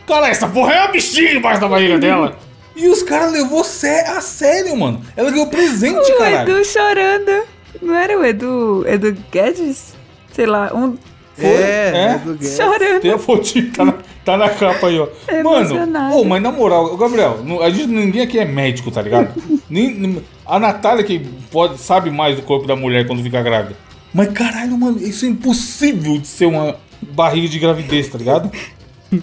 Cara, essa porra é uma bichinha embaixo da barriga dela. E os caras levou sé a sério, mano. Ela ganhou presente,
O
caralho.
Edu chorando. Não era o Edu, Edu Guedes? Sei lá, um
É?
É, é do Guedes.
chorando.
Tem a fotinha, tá na, tá na capa aí, ó.
É
Mano,
emocionado.
ô, mas na moral, Gabriel, não- a gente, ninguém aqui é médico, tá ligado? Nem- nem- a Natália que pode, sabe mais do corpo da mulher quando fica grávida. Mas caralho, mano, isso é impossível de ser uma barriga de gravidez, tá ligado?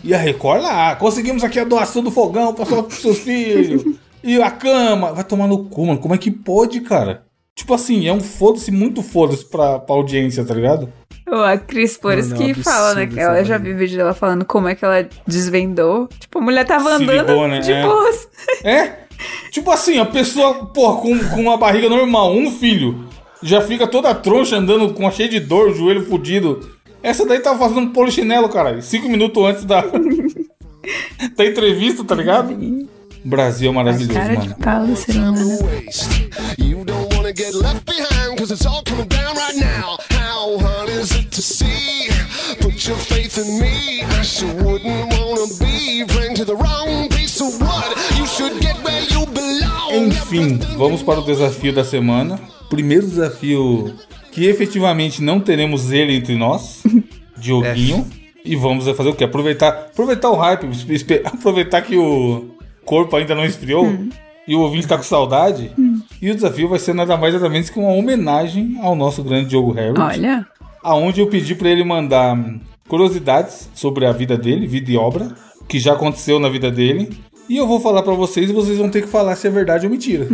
E a Record lá, conseguimos aqui a doação do fogão pra sua- pros seus filhos. E a cama. Vai tomar no cu, mano. Como é que pode, cara? Tipo assim, é um foda-se, muito foda-se pra, pra audiência, tá ligado?
Ou a Cris Pores
Mano, é um
que fala, né?
absurdo
Que ela, eu
essa
já vi vídeo dela falando como é que ela desvendou. Tipo, a mulher tava
Se
andando
ligou, né?
de
É.
boas.
É? Tipo assim, a pessoa, porra, com, com uma barriga normal, um filho, já fica toda troncha andando com cheia de dor, joelho fudido. Essa daí tava fazendo um polichinelo, caralho. Cinco minutos antes da. da entrevista, tá ligado? Brasil é maravilhoso,
Cara de
mano.
pau assim. do ser humano.
You don't wanna get left behind, cause it's all coming down right now. How hard is it to see? Put your faith in me. I sure wouldn't wanna be friend to the wrong piece of wood. You should get where you belong.
Enfim, vamos para o desafio da semana. Primeiro desafio que efetivamente não teremos ele entre nós, Dioguinho. E vamos fazer o quê? Aproveitar, aproveitar o hype, espe- aproveitar que o corpo ainda não esfriou e o ouvinte tá com saudade. E o desafio vai ser nada mais nada menos que uma homenagem ao nosso grande Diogo Harris.
Olha,
Aonde eu pedi pra ele mandar hum, curiosidades sobre a vida dele, vida e obra, que já aconteceu na vida dele. E eu vou falar pra vocês e vocês vão ter que falar se é verdade ou mentira.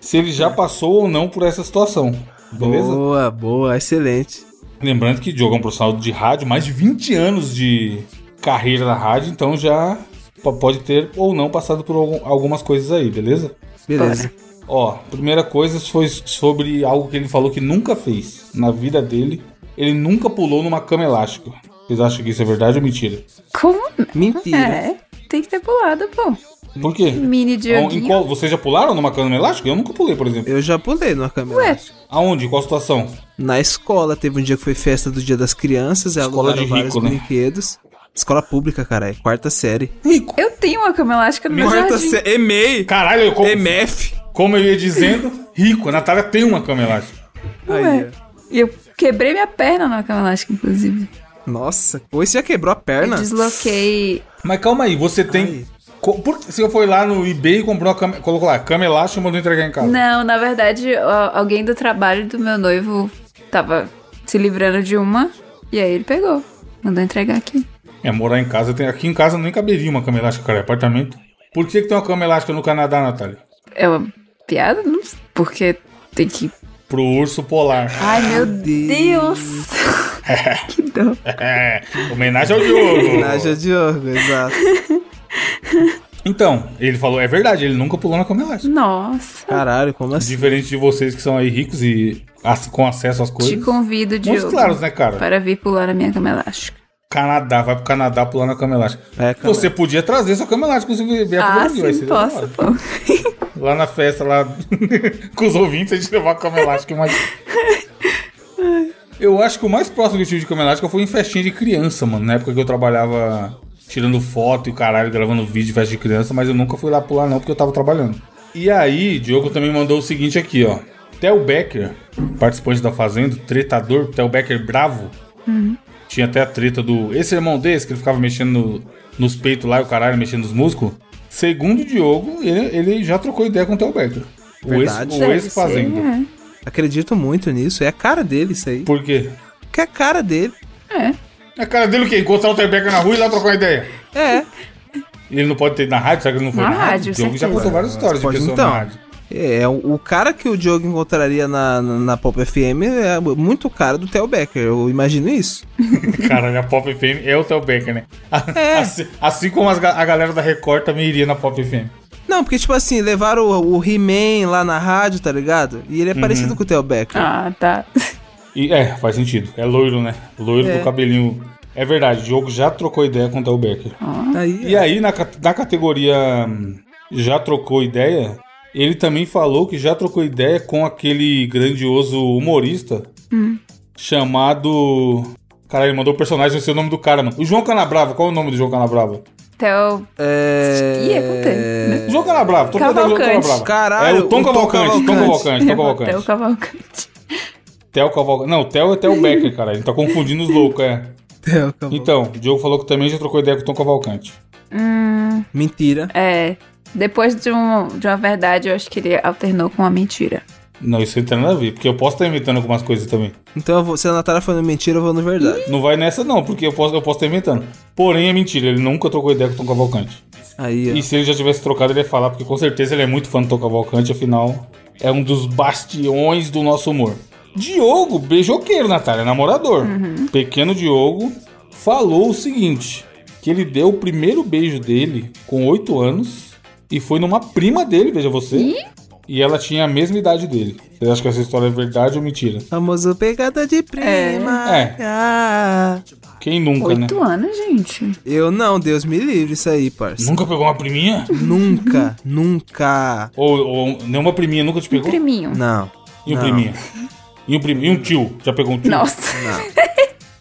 Se ele já passou ou não por essa situação. Beleza?
Boa, boa, excelente.
Lembrando que Diogo é um profissional de rádio, mais de 20 anos de carreira na rádio, então já p- pode ter ou não passado por algum- algumas coisas aí, beleza?
Beleza.
Ó, primeira coisa foi sobre algo que ele falou que nunca fez na vida dele. Ele nunca pulou numa cama elástica. Vocês acham que isso é verdade ou mentira?
como
Mentira.
é? Tem que ter pulado, pô.
Por quê?
Mini
Ó, um Em
Dioguinho.
qual, vocês já pularam numa cama elástica? Eu nunca pulei, por exemplo.
Eu já pulei numa câmera.
Ué,
Aonde? Qual situação?
Na escola, teve um dia que foi festa do Dia das Crianças, é e
Escola
alugaram
de
vários
rico, né?
brinquedos. Escola pública, cara, é quarta série.
eu tenho uma cama elástica no meu
Quarta
é
jardim.
série, EMEI,
Caralho, eu, co-
MF.
Como eu ia dizendo, rico. A Natália tem uma cama elástica.
Ué, E eu quebrei minha perna na cama elástica, inclusive.
Nossa, ou você já quebrou a perna?
Eu desloquei.
Mas calma aí, você tem. Co- Por que você foi lá no eBay e comprou uma cama. Colocou lá, cama elástica e mandou entregar em casa?
Não, na verdade, ó, alguém do trabalho do meu noivo tava se livrando de uma. E aí ele pegou. Mandou entregar aqui.
É, morar em casa. tem- aqui em casa nem caberia uma cama elástica, cara. É apartamento. Por que, que tem uma cama elástica no Canadá, Natália?
É uma piada? Não sei, Porque tem que.
Pro urso polar.
Ai, meu Deus! que dor.
É, Homenagem ao Diogo.
Homenagem ao Diogo, exato.
Então, ele falou, é verdade, ele nunca pulou na cama elástica.
Nossa.
Caralho, como assim?
Diferente de vocês que são aí ricos e ac- com acesso às
Te
coisas.
convido,
Vamos
Diogo.
claros, né, cara?
Para vir pular a minha cama elástica.
Canadá, vai pro Canadá pular na cama elástica.
É,
Você podia trazer sua cama elástica se você vier pro
Ah,
Brasil. aí
sim,
seria da
posso,
hora.
pô.
Lá na festa, lá com os ouvintes, a gente levar a é cama elástica, mas... Eu acho que o mais próximo que eu tive de cama elástica foi em festinha de criança, mano. Na época que eu trabalhava tirando foto e o caralho, gravando vídeo de festa de criança, mas eu nunca fui lá pular não, porque eu tava trabalhando. E aí, Diogo também mandou o seguinte aqui, ó. Theo Becker, participante da Fazenda, tretador, Theo Becker bravo,
Uhum.
tinha até a treta do. Esse irmão desse, que ele ficava mexendo no- nos peitos lá e o caralho, mexendo nos músculos. Segundo o Diogo, ele, ele já trocou ideia com o Theo Becker. O ex-
Verdade.
o ex-fazenda.
Acredito muito nisso. É a cara dele isso aí.
Por quê?
Porque é a cara dele.
É. A cara dele o quê? Encontrar o Theo Becker na rua e ir lá trocar uma ideia.
É.
E ele não pode ter ido na rádio, será que ele não foi
Na
na,
rádio,
O Diogo já
certeza.
contou várias histórias de
Pode
pessoas na
então.
rádio.
É, o o cara que o Diogo encontraria na, na, na Pop FM é muito o cara do Theo Becker, eu imagino isso.
Caralho, a Pop FM é o Theo Becker, né? Assim, assim como as ga- a galera da Record também iria na Pop FM.
Não, porque, tipo assim, levaram o, o He-Man lá na rádio, tá ligado? E ele é
Uhum.
parecido com o Theo Becker.
Ah, tá.
E é, faz sentido. É loiro, né? Loiro
É.
do cabelinho. É verdade, o Diogo já trocou ideia com o Theo Becker.
Aí,
Ah. E aí, na, ca- na categoria hum, Já Trocou Ideia, ele também falou que já trocou ideia com aquele grandioso humorista
Hum.
chamado. Caralho, ele mandou o personagem, eu sei o nome do cara, mano. O João Canabrava, qual é o nome do João Canabrava?
Então,
é...
Ih, acontece, né?
João Canabrava, tô falando do João
Cavalcante.
Canabrava.
Caralho,
é o Tom
o Tom
Cavalcante, Tom Cavalcante, Tom tá
Até o
Cavalcante.
Cavalcante.
Theo Cavalcante. Não, Theo é Theo Becker, cara. Ele tá confundindo os loucos, é.
Theo Cavalcante.
Então, o Diogo falou que também já trocou ideia com o Tom Cavalcante.
Hum,
Mentira.
é. Depois de, um, de uma verdade, eu acho que ele alternou com uma mentira.
Não, isso não tem nada a ver, porque eu posso estar inventando algumas coisas também.
Então, eu vou- se a Natália foi no mentira, eu vou no verdade.
Não vai nessa não, porque eu posso, eu posso estar inventando. Porém, é mentira, ele nunca trocou ideia com o Tom Cavalcante.
Aí, ó.
E se ele já tivesse trocado, ele ia falar, porque com certeza ele é muito fã do Tom Cavalcante, afinal, é um dos bastiões do nosso humor. Diogo, beijoqueiro, Natália, namorador. Pequeno Diogo falou o seguinte, que ele deu o primeiro beijo dele com 8 anos e foi numa prima dele, veja você. E ela tinha a mesma idade dele. Vocês acham que essa história é verdade ou mentira?
Famoso pegada de prima.
É.
Ah.
Quem nunca, né?
Oito anos, gente.
Eu não, Deus me livre isso aí, parça.
Nunca pegou uma priminha?
Nunca, nunca.
Ou, ou nenhuma priminha
Um
nunca te pegou?
Priminho.
Não.
E um
não.
priminha? E um, prim... e um tio? Já pegou um tio?
Nossa.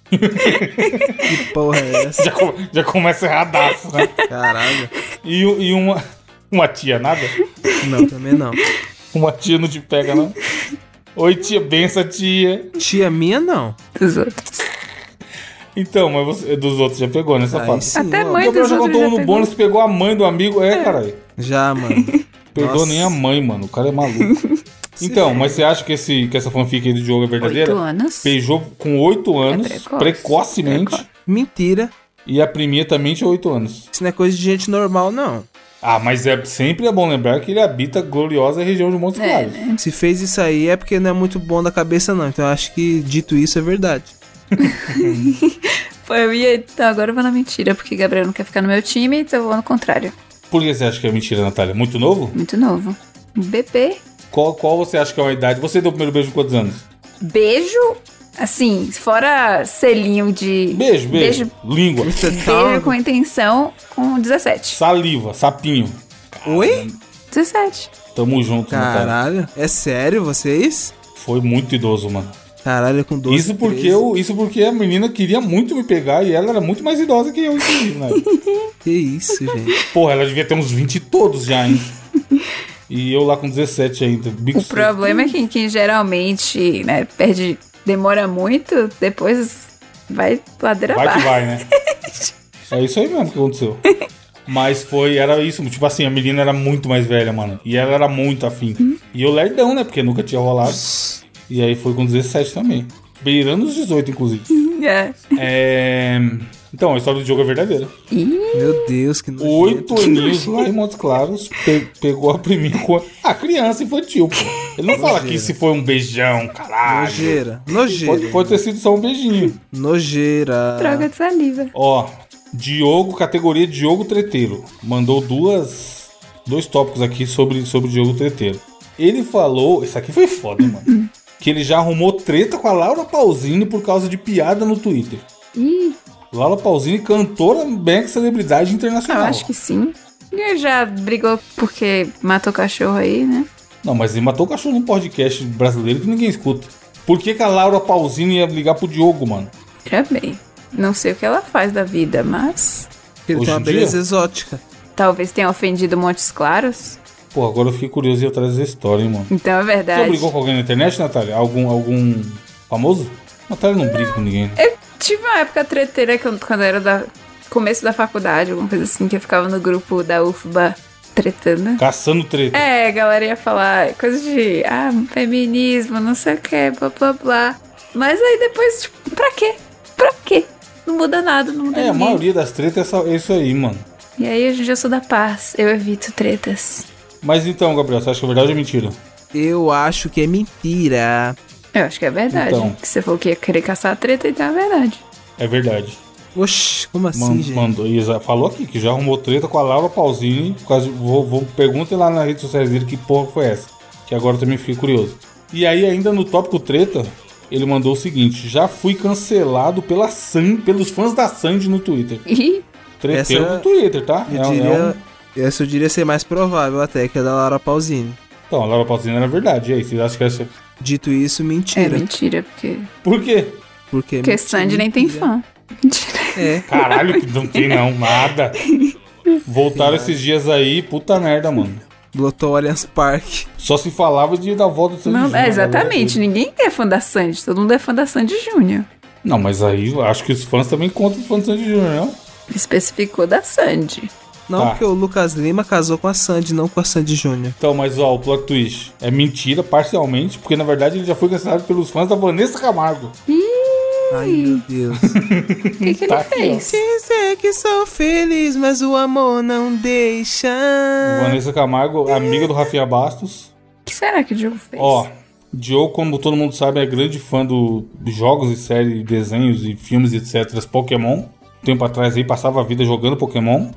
Porra, é essa?
Já, co- já começa erradaço, né?
Caralho.
E, o- e uma... uma tia, nada?
Não, também não.
Uma tia não te pega, não? Oi, tia, benção, tia.
Tia minha, não.
Dos outros.
Então, mas você, dos outros já pegou, né, safado?
Aí sim,
Até
ó.
O
mãe
Gabriel
dos
já contou
outros já
um no
pegou.
bônus que pegou a mãe do amigo. É, caralho.
Já, mano.
Perdoa
Nossa.
nem a mãe, mano. O cara é maluco. Então, mas você acha que, esse, que essa fanfic aí do Diogo é verdadeira?
Oito anos. É
Beijou com 8 anos,
precoce. é
precocemente.
Precoce.
Mentira.
E a priminha também tinha 8 anos.
Isso não é coisa de gente normal, não.
Ah, mas é, sempre é bom lembrar que ele habita a gloriosa região de Montes
É,
Claros.
né?
Se fez isso aí é porque não é muito bom da cabeça, não. Então eu acho que dito isso é verdade.
Pô, eu ia. Então, agora eu vou na mentira, porque Gabriel não quer ficar no meu time, então eu vou no contrário.
Por que você acha que é mentira, Natália? Muito novo?
Muito novo. Bebê.
Qual, qual você acha que é uma idade? Você deu o primeiro beijo com quantos anos?
Beijo. Assim, fora selinho de.
Beijo, beijo. Língua. tá
Beijo com intenção com 17.
Saliva, sapinho. Hum,
Oi?
é
17.
Tamo junto, Natália.
Caralho. É sério, vocês?
Foi muito idoso, mano.
Caralho, com 12.
isso, porque
13.
eu, isso porque a menina queria muito me pegar e ela era muito mais idosa que eu, inclusive, né?
Que isso, gente.
Porra, ela devia ter uns 20 todos já, hein? E eu lá com 17 ainda. bico
O
seco.
problema é que quem geralmente, né, perde, demora muito, depois vai ladeira
Vai que
abaixo.
vai, né? É isso aí mesmo que aconteceu. Mas foi, era isso, tipo assim, a menina era muito mais velha, mano. E ela era muito afim. E eu lerdão, né? Porque nunca tinha rolado. E aí foi com 17 também. Beirando os 18, inclusive.
É.
É... Então, a história do jogo é verdadeira.
Meu Deus, que
Oito aninhos lá em Montes Claros pe- pegou a primeira com a criança infantil. Pô. Ele não fala que se foi um beijão, caralho.
Nojeira, nojeira.
Pode, pode ter sido só um beijinho.
Nojeira.
É.
Droga de saliva.
Ó, Diogo, categoria Diogo Treteiro. Mandou duas. Dois tópicos aqui sobre, sobre Diogo Treteiro. Ele falou. Isso aqui foi foda, hein, mano. que ele já arrumou treta com a Laura Pausini por causa de piada no Twitter.
Ih,
Laura Pausini, cantora bem celebridade internacional.
Ah, eu acho que sim. Ele já brigou porque matou cachorro aí, né?
Não, mas ele matou o cachorro num podcast brasileiro que ninguém escuta. Por que, que a Laura Pausini ia ligar pro Diogo, mano?
Já bem. Não sei o que ela faz da vida, mas
Ele
Hoje
tem uma
em dia?
beleza exótica.
talvez tenha ofendido Montes Claros.
Pô, agora eu fiquei curioso e eu trazer essa história, hein, mano.
Então é
Você
verdade.
brigou com alguém na internet, Natália? Algum, algum famoso? Natália não briga com ninguém. né?
Eu tive uma época treteira que eu- quando eu era da começo da faculdade, alguma coisa assim, que eu ficava no grupo da UFBA tretando.
Caçando treta.
É, a galera ia falar coisa de ah, feminismo, não sei o que, blá blá blá. Mas aí depois, tipo, pra quê? Pra quê? Não muda nada, não muda
É, a
ninguém.
maioria das tretas é só- é isso aí, mano.
E aí hoje em dia eu sou da paz, eu evito tretas.
Mas então, Gabriel, você acha que é verdade ou mentira?
Eu acho que é mentira.
Eu acho que é verdade.
Então.
Que você falou que ia querer caçar a treta, então é verdade.
É verdade.
Oxi, como assim,
Man-
gente?
Mandou, Isa, falou aqui que já arrumou treta com a Laura Pausini. Por causa de- vou, vou, perguntem lá nas redes sociais dele que porra foi essa. Que agora eu também fiquei curioso. E aí, ainda no tópico treta, ele mandou o seguinte: já fui cancelado pela San, pelos fãs da Sandy no Twitter.
Ih,
Treteiro
Essa-
no Twitter, tá?
Eu
É um- é
diria.
um-
Essa eu diria ser mais provável até que a da Laura Pausini.
Então, a Laura Pausini era verdade. E aí, vocês acham que essa.
Dito isso,
é
mentira.
mentira, porque,
Por quê?
porque
porque Sandy nem tem fã. Mentira.
É.
Caralho, que não tem não, nada. Voltaram esses dias aí, puta merda, mano.
Lotou o Allianz Park.
Só se falava de dar volta do Sandy
Não,
Júnior,
é, exatamente,
né?
ninguém é fã da Sandy, todo mundo é fã da Sandy Júnior.
Não, mas aí eu acho que os fãs também contam os fãs do Sandy Júnior, não?
Especificou da Sandy.
Não,
Tá.
porque o Lucas Lima casou com a Sandy, não com a Sandy Júnior.
Então, mas ó, o plot twist é mentira, parcialmente, porque na verdade ele já foi cancelado pelos fãs da Vanessa Camargo.
Ai, meu Deus.
O que, que ele
Tá aqui, ó.
fez?
Dizer que sou feliz, mas o amor não deixa.
Ah.
Vanessa Camargo, amiga do Rafinha Bastos.
O que será que o Diogo fez?
Ó, Diogo, como todo mundo sabe, é grande fã do- de jogos e séries, desenhos e filmes, etc. Pokémon. Um Tempo atrás aí passava a vida jogando Pokémon.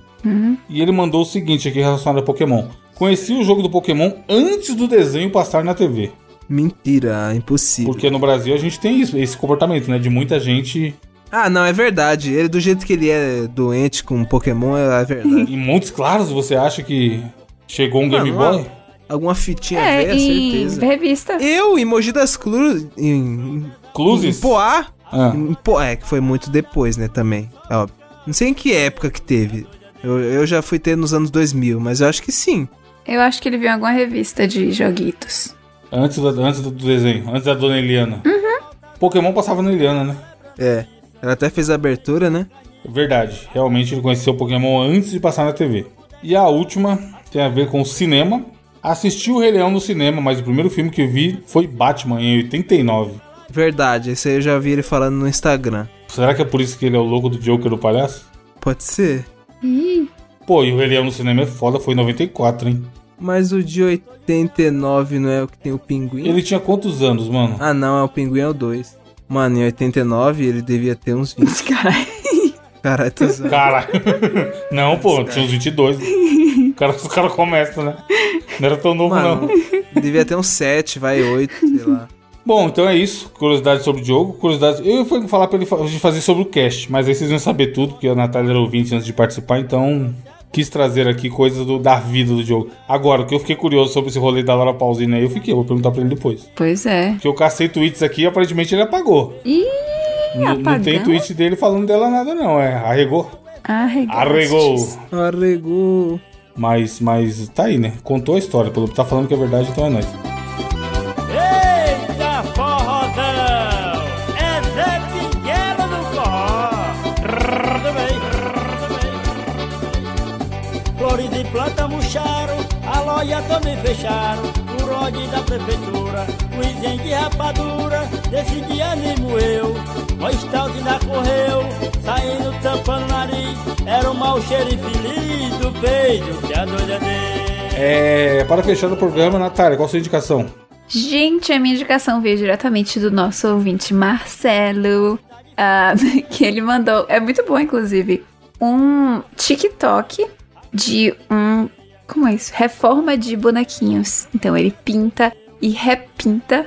E ele mandou o seguinte aqui relacionado a Pokémon. Conheci o jogo do Pokémon antes do desenho passar na TV.
Mentira, é impossível.
Porque no Brasil a gente tem isso, esse comportamento, né? De muita gente
Ah, não, é verdade. Ele, do jeito que ele é doente com Pokémon, é é verdade.
em Montes Claros, você acha que chegou um Game
Mano,
Boy?
Alguma fitinha
é,
velha,
em
certeza.
revista.
Eu, em Mogi das Cruzes... Em, em
Cluzes?
Poá...
Ah.
Em Poá, é, que foi muito depois, né, também. É óbvio. Não sei em que época que teve. Eu, eu já fui ter nos anos 2000, mas eu acho que sim.
Eu acho que ele viu em alguma revista de joguitos.
Antes, da- antes do desenho, antes da Dona Eliana. Pokémon passava na Eliana, né?
É. Ela até fez a abertura, né?
Verdade, realmente ele conheceu o Pokémon antes de passar na TV. E a última tem a ver com o cinema. Assisti o Rei Leão no cinema, mas o primeiro filme que eu vi foi Batman em 89.
Verdade, esse aí eu já vi ele falando no Instagram.
Será que é por isso que ele é o louco do Joker do palhaço?
Pode ser.
Pô, e o Rei Leão no cinema é foda, foi em 94, hein?
Mas o de 89 não é o que tem o pinguim?
Ele tinha quantos anos, mano?
Ah, não, é o pinguim é o 2. Mano, em 89 ele devia ter uns 20.
Caralho.
Caralho, tô zoando.
Cara, não, pô, tinha uns 22. O cara, os caras começam, né? Não era tão novo,
Mano,
não.
devia ter uns 7, vai 8, sei lá.
Bom, então é isso. Curiosidade sobre o jogo. Curiosidade. Eu fui falar pra ele fa- de fazer sobre o cast, mas aí vocês iam saber tudo, porque a Natália era ouvinte antes de participar, então quis trazer aqui coisas do- da vida do jogo. Agora, o que eu fiquei curioso sobre esse rolê da Laura Pausini aí, eu fiquei, eu vou perguntar pra ele depois.
Pois é.
Porque eu cacei tweets aqui e aparentemente ele apagou.
Ih,
N- Não tem
apagão.
tweet dele falando dela nada, não. É, arregou.
Arregou.
Arregou.
Arregou.
Mas, mas tá aí, né? Contou a história, pelo tá falando que é verdade, então é nóis.
Eita forrodão! É Zé Pinguela do forró! Rrr, Tudo bem, rrr, tudo bem. Flores de planta murcharam, a loja também fecharam. O rode da prefeitura, o isengue de rapadura, desse dia animo eu. O estalde ainda correu, saindo tampando o nariz. Era o mau cheiro infeliz do beijo que a doida deu.
É, para fechar o programa, Natália, qual a sua indicação?
Gente, a minha indicação veio diretamente do nosso ouvinte Marcelo, ah, que ele mandou, é muito bom inclusive, um TikTok de um, como é isso? Reforma de bonequinhos. Então ele pinta e repinta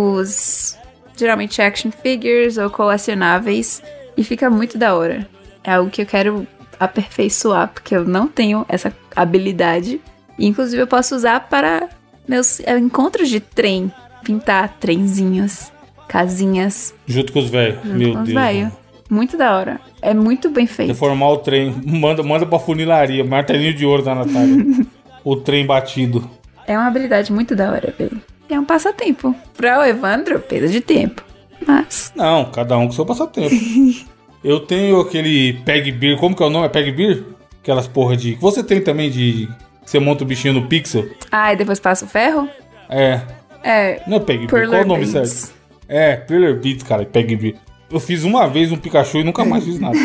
os, geralmente action figures ou colecionáveis, e fica muito da hora. É algo que eu quero aperfeiçoar, porque eu não tenho essa habilidade. E, Inclusive eu posso usar para meus é, encontros de trem. Pintar trenzinhos, casinhas.
Junto com os velhos.
junto
Meu
com os
Deus.
velho. Muito da hora. É muito bem feito.
Reformar o trem. Manda, manda pra funilaria. Martelinho de ouro da Natália. o trem batido.
É uma habilidade muito da hora, velho. É um passatempo. Pra o Evandro, perda de tempo. Mas.
Não, cada um com seu passatempo. Eu tenho aquele Peg Beer. Como que é o nome? É Peg Beer? Aquelas porra de. Você tem também de. que Você monta o bichinho no pixel?
Ah, e depois passa o ferro?
É.
É.
Não é Peg Beer.
Perler
Qual é o nome
Beats.
certo? É, Perler Beats, cara. Peg Beer. Eu fiz uma vez um Pikachu e nunca mais fiz nada.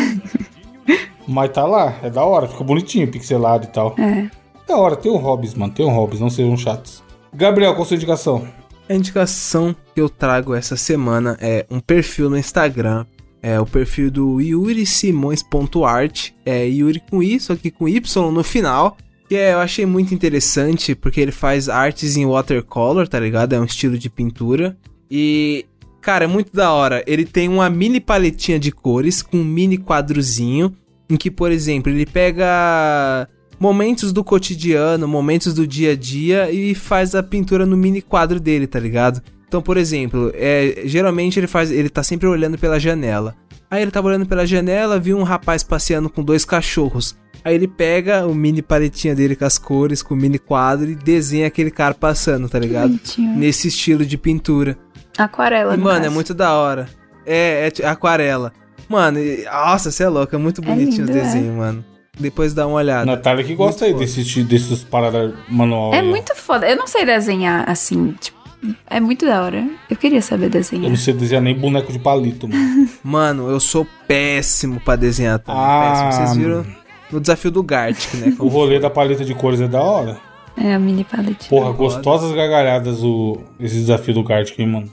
Mas tá lá. É da hora. Fica bonitinho, pixelado e tal.
É.
Da hora. Tem um hobbies, mano. Tem um hobbies. Não sejam chatos. Gabriel, qual a sua indicação?
A indicação que eu trago essa semana é um perfil no Instagram. É o perfil do yurisimões.art. É Yuri com I, só que com Y no final. Que é, eu achei muito interessante, porque ele faz artes em watercolor, tá ligado? É um estilo de pintura. E, cara, é muito da hora. Ele tem uma mini paletinha de cores com um mini quadrozinho. Em que, por exemplo, ele pega momentos do cotidiano, momentos do dia a dia e faz a pintura no mini quadro dele, tá ligado? Então, por exemplo, é, geralmente ele faz, ele tá sempre olhando pela janela. Aí ele tava olhando pela janela, viu um rapaz passeando com dois cachorros. Aí ele pega o mini paletinha dele com as cores, com o mini quadro e desenha aquele cara passando, tá ligado?
bonitinho.
Nesse estilo de pintura.
Aquarela.
E,
no
mano, é
caso.
muito da hora. É, é ti- aquarela. Mano, e- nossa, você é louco. É muito bonitinho
lindo,
o desenho, mano. Depois dá uma olhada.
Natália que gosta aí desse, ti- desses paradas manual.
É
aí, ó.
muito foda. Eu não sei desenhar assim, tipo. É muito da hora. Eu queria saber
Eu
desenhar.
não sei desenhar nem boneco de palito, mano.
Mano, eu sou péssimo pra desenhar também.
Ah,
péssimo. Vocês viram no desafio do Gartic, né?
o rolê da paleta de cores é da hora.
É a mini palette.
Porra, gostosas gargalhadas o, esse desafio do Gartic, hein, mano.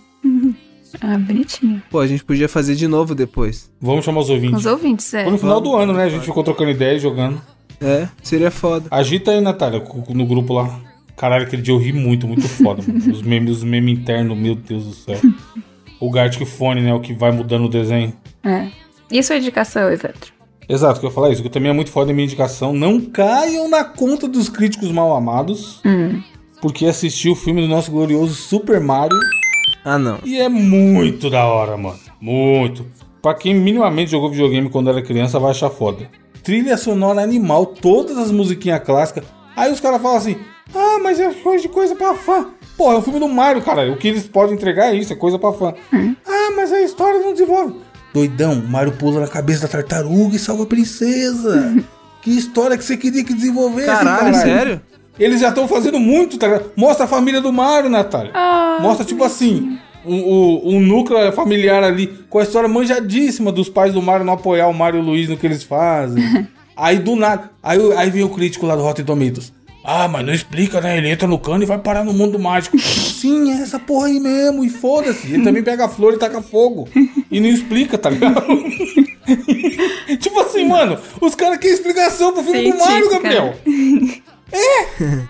Ah, bonitinho.
Pô, a gente podia fazer de novo depois.
Vamos chamar os
Com
ouvintes.
os ouvintes, é.
Foi no final do ano, né? A gente ficou trocando ideia e jogando.
É, seria foda.
Agita aí, Natália, cu- cu- no grupo lá. Caralho, aquele dia eu ri muito, muito foda, mano. Os memes, os memes internos, meu Deus do céu. O Gartic Fone, né? O que vai mudando o desenho.
É. E a sua indicação, Evandro?
Exato, que eu ia falar isso, que também é muito foda a minha indicação. Não caiam na conta dos críticos mal amados,
Hum.
porque assisti o filme do nosso glorioso Super Mario
Ah, não.
e é muito da hora, mano. Muito. Pra quem minimamente jogou videogame quando era criança, vai achar foda. Trilha sonora animal, todas as musiquinhas clássicas. Aí os caras falam assim: ah, mas é coisa de coisa pra fã. Porra, é um filme do Mario, cara. O que eles podem entregar é isso, é coisa pra fã. Ah, mas a história não desenvolve. Doidão, Mario pula na cabeça da tartaruga e salva a princesa. que história que você queria que desenvolvesse,
Caralho, sério?
Eles já estão fazendo muito, tá ligado? Mostra a família do Mario, Natália. Mostra, tipo assim, um, o- um núcleo familiar ali com a história manjadíssima dos pais do Mario não apoiar o Mario e o Luiz no que eles fazem. aí do nada. Aí, o- aí vem o crítico lá do Rotten Tomatoes. Ah, mas não explica, né? Ele entra no cano e vai parar no mundo mágico. Sim, é essa porra aí mesmo. E foda-se. Ele também pega a flor e taca fogo. E não explica, tá ligado? tipo assim, mano, os caras querem explicação pro filme do Mario,
Científica.
Gabriel.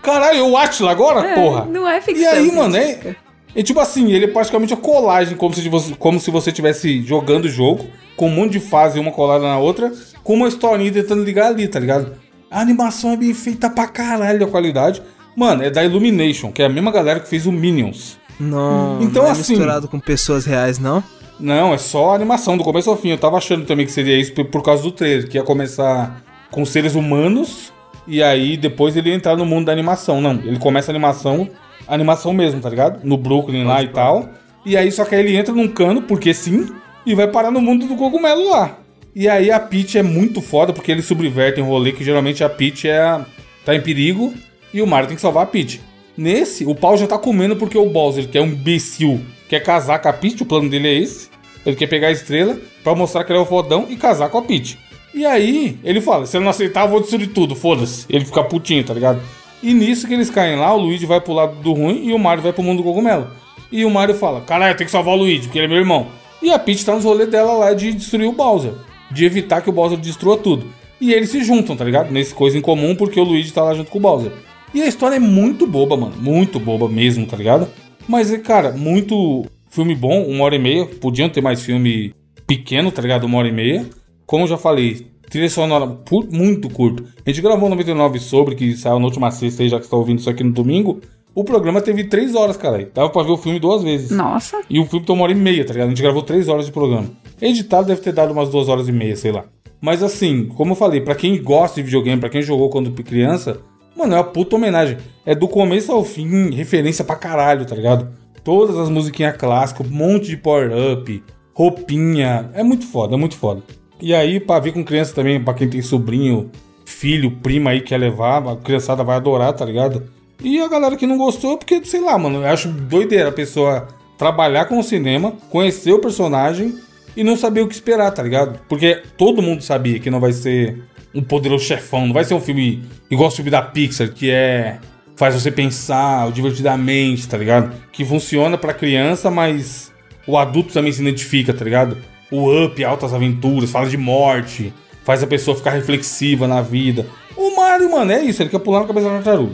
Caralho, o Atila agora,
É,
porra.
Não é ficção.
E aí, mano,
científica.
é, é tipo assim, ele é praticamente a colagem, como se, de você, como se você tivesse jogando o jogo, com um monte de fase uma colada na outra, com uma historinha tentando ligar ali, tá ligado? A animação é bem feita pra caralho a qualidade. Mano, é da Illumination, que é a mesma galera que fez o Minions.
Não,
Então,
não é
assim-
misturado com pessoas reais, não?
Não, é só a animação, do começo ao fim. Eu tava achando também que seria isso por, por causa do trailer, que ia começar com seres humanos e aí depois ele entrar no mundo da animação. Não, ele começa a animação, a animação mesmo, tá ligado? No Brooklyn lá e tal. E aí só que aí ele entra num cano, porque sim, e vai parar no mundo do cogumelo lá. E aí a Peach é muito foda, porque eles subvertem o rolê que geralmente a Peach é a- tá em perigo e o Mario tem que salvar a Peach. Nesse, o pau já tá comendo porque o Bowser, que é um imbecil, quer casar com a Peach, o plano dele é esse. Ele quer pegar a estrela pra mostrar que ele é o fodão e casar com a Peach. E aí, ele fala, se eu não aceitar, eu vou destruir tudo, foda-se. Ele fica putinho, tá ligado? E nisso que eles caem lá, o Luigi vai pro lado do ruim e o Mario vai pro mundo do cogumelo. E o Mario fala, caralho, tem que salvar o Luigi, porque ele é meu irmão. E a Peach tá nos rolês dela lá de destruir o Bowser. De evitar que o Bowser destrua tudo. E eles se juntam, tá ligado? Nesse coisa em comum, porque o Luigi tá lá junto com o Bowser. E a história é muito boba, mano. Muito boba mesmo, tá ligado? Mas, é, cara, muito filme bom, uma hora e meia. Podiam ter mais filme pequeno, tá ligado? Uma hora e meia. Como eu já falei, trilha sonora pu- muito curto. A gente gravou um 99 sobre, que saiu na última sexta aí, já que você tá ouvindo isso aqui no domingo. O programa teve 3 horas, cara. Dava pra ver o filme duas vezes.
Nossa.
E o filme tomou uma hora e meia, tá ligado? A gente gravou 3 horas de programa. Editado deve ter dado umas 2 horas e meia, sei lá. Mas assim, como eu falei, pra quem gosta de videogame, pra quem jogou quando criança, mano, é uma puta homenagem. É do começo ao fim, referência pra caralho, tá ligado? Todas as musiquinhas clássicas, um monte de power-up, roupinha. É muito foda, é muito foda. E aí, pra ver com criança também, pra quem tem sobrinho, filho, prima aí quer levar, a criançada vai adorar, tá ligado? E a galera que não gostou, porque, sei lá, mano, eu acho doideira a pessoa trabalhar com o cinema, conhecer o personagem e não saber o que esperar, tá ligado? Porque todo mundo sabia que não vai ser um poderoso chefão, não vai ser um filme igual o filme da Pixar, que é. faz você pensar divertidamente, tá ligado? Que funciona pra criança, mas o adulto também se identifica, tá ligado? O Up, Altas Aventuras, fala de morte, faz a pessoa ficar reflexiva na vida. O Mario, mano, é isso, ele quer pular na cabeça da tartaruga.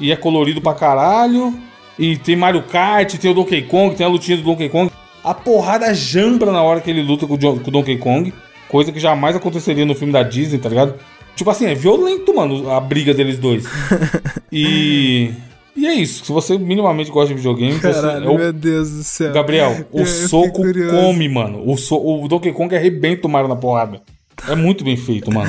e é colorido pra caralho. E tem Mario Kart, tem o Donkey Kong, tem a lutinha do Donkey Kong. A porrada jambra na hora que ele luta com o, John- com o Donkey Kong. Coisa que jamais aconteceria no filme da Disney, tá ligado? Tipo assim, é violento, mano, a briga deles dois. e. E é isso. Se você minimamente gosta de videogame, você-
Caralho,
é o
meu Deus do céu.
Gabriel, o
Eu fiquei
soco
curioso.
come, mano. O, so- o Donkey Kong arrebenta o Mario na porrada. É muito bem feito, mano.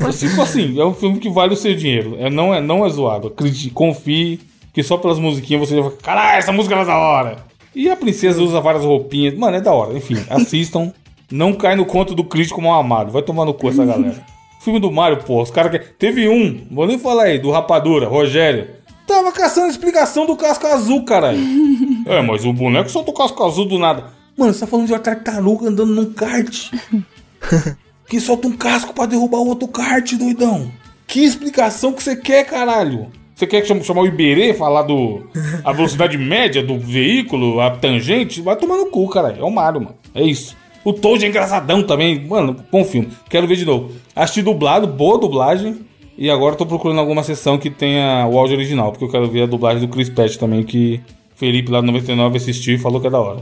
Mas, tipo assim, é um filme que vale o seu dinheiro. É, não, é, não é zoado. Acredite, confie que só pelas musiquinhas você já vai. Caralho, essa música era da hora! E a princesa usa várias roupinhas. Mano, é da hora. Enfim, assistam. não cai no conto do crítico mal amado. Vai tomar no cu essa galera. Filme do Mario, pô. Os caras que. Teve um, vou nem falar aí, do Rapadura, Rogério. Tava caçando explicação do casco azul, caralho. É, mas o boneco soltou o casco azul do nada. Mano, você tá falando de uma tartaruga andando num kart. que solta um casco pra derrubar o outro kart, doidão. Que explicação que você quer, caralho? Você quer cham- chamar o Iberê, falar do... A velocidade média do veículo, a tangente? Vai tomar no cu, caralho. É o Mario, mano. É isso. O Toad é engraçadão também. Mano, bom filme. Quero ver de novo. Assisti dublado, boa dublagem. E agora eu tô procurando alguma sessão que tenha o áudio original, porque eu quero ver a dublagem do Chris Pratt também, que Felipe lá do 99 assistiu e falou que é da hora.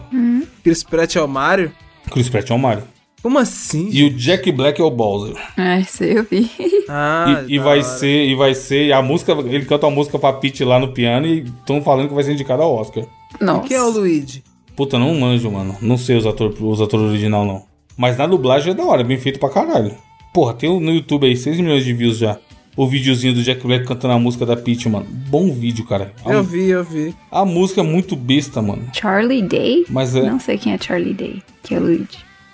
Chris Pratt é o Mario?
Chris Pratt é o Mario.
Como assim?
E o Jack Black é o Bowser.
Ah, isso aí eu vi.
Ah,
e, e vai ser, e vai ser, e a música, ele canta uma música pra Pete lá no piano e estão falando que vai ser indicado ao Oscar.
Nossa.
Quem é o Luigi?
Puta, não manjo, mano. Não sei os atores os ator original, não. Mas na dublagem é da hora, é bem feito pra caralho. Porra, tem um no YouTube aí 6 milhões de views já. O videozinho do Jack Black cantando a música da Peach, mano. Bom vídeo, cara. A,
Eu vi, eu vi.
a música é muito besta, mano.
Charlie Day?
Mas é-
Não sei quem é Charlie Day, que é o Luigi.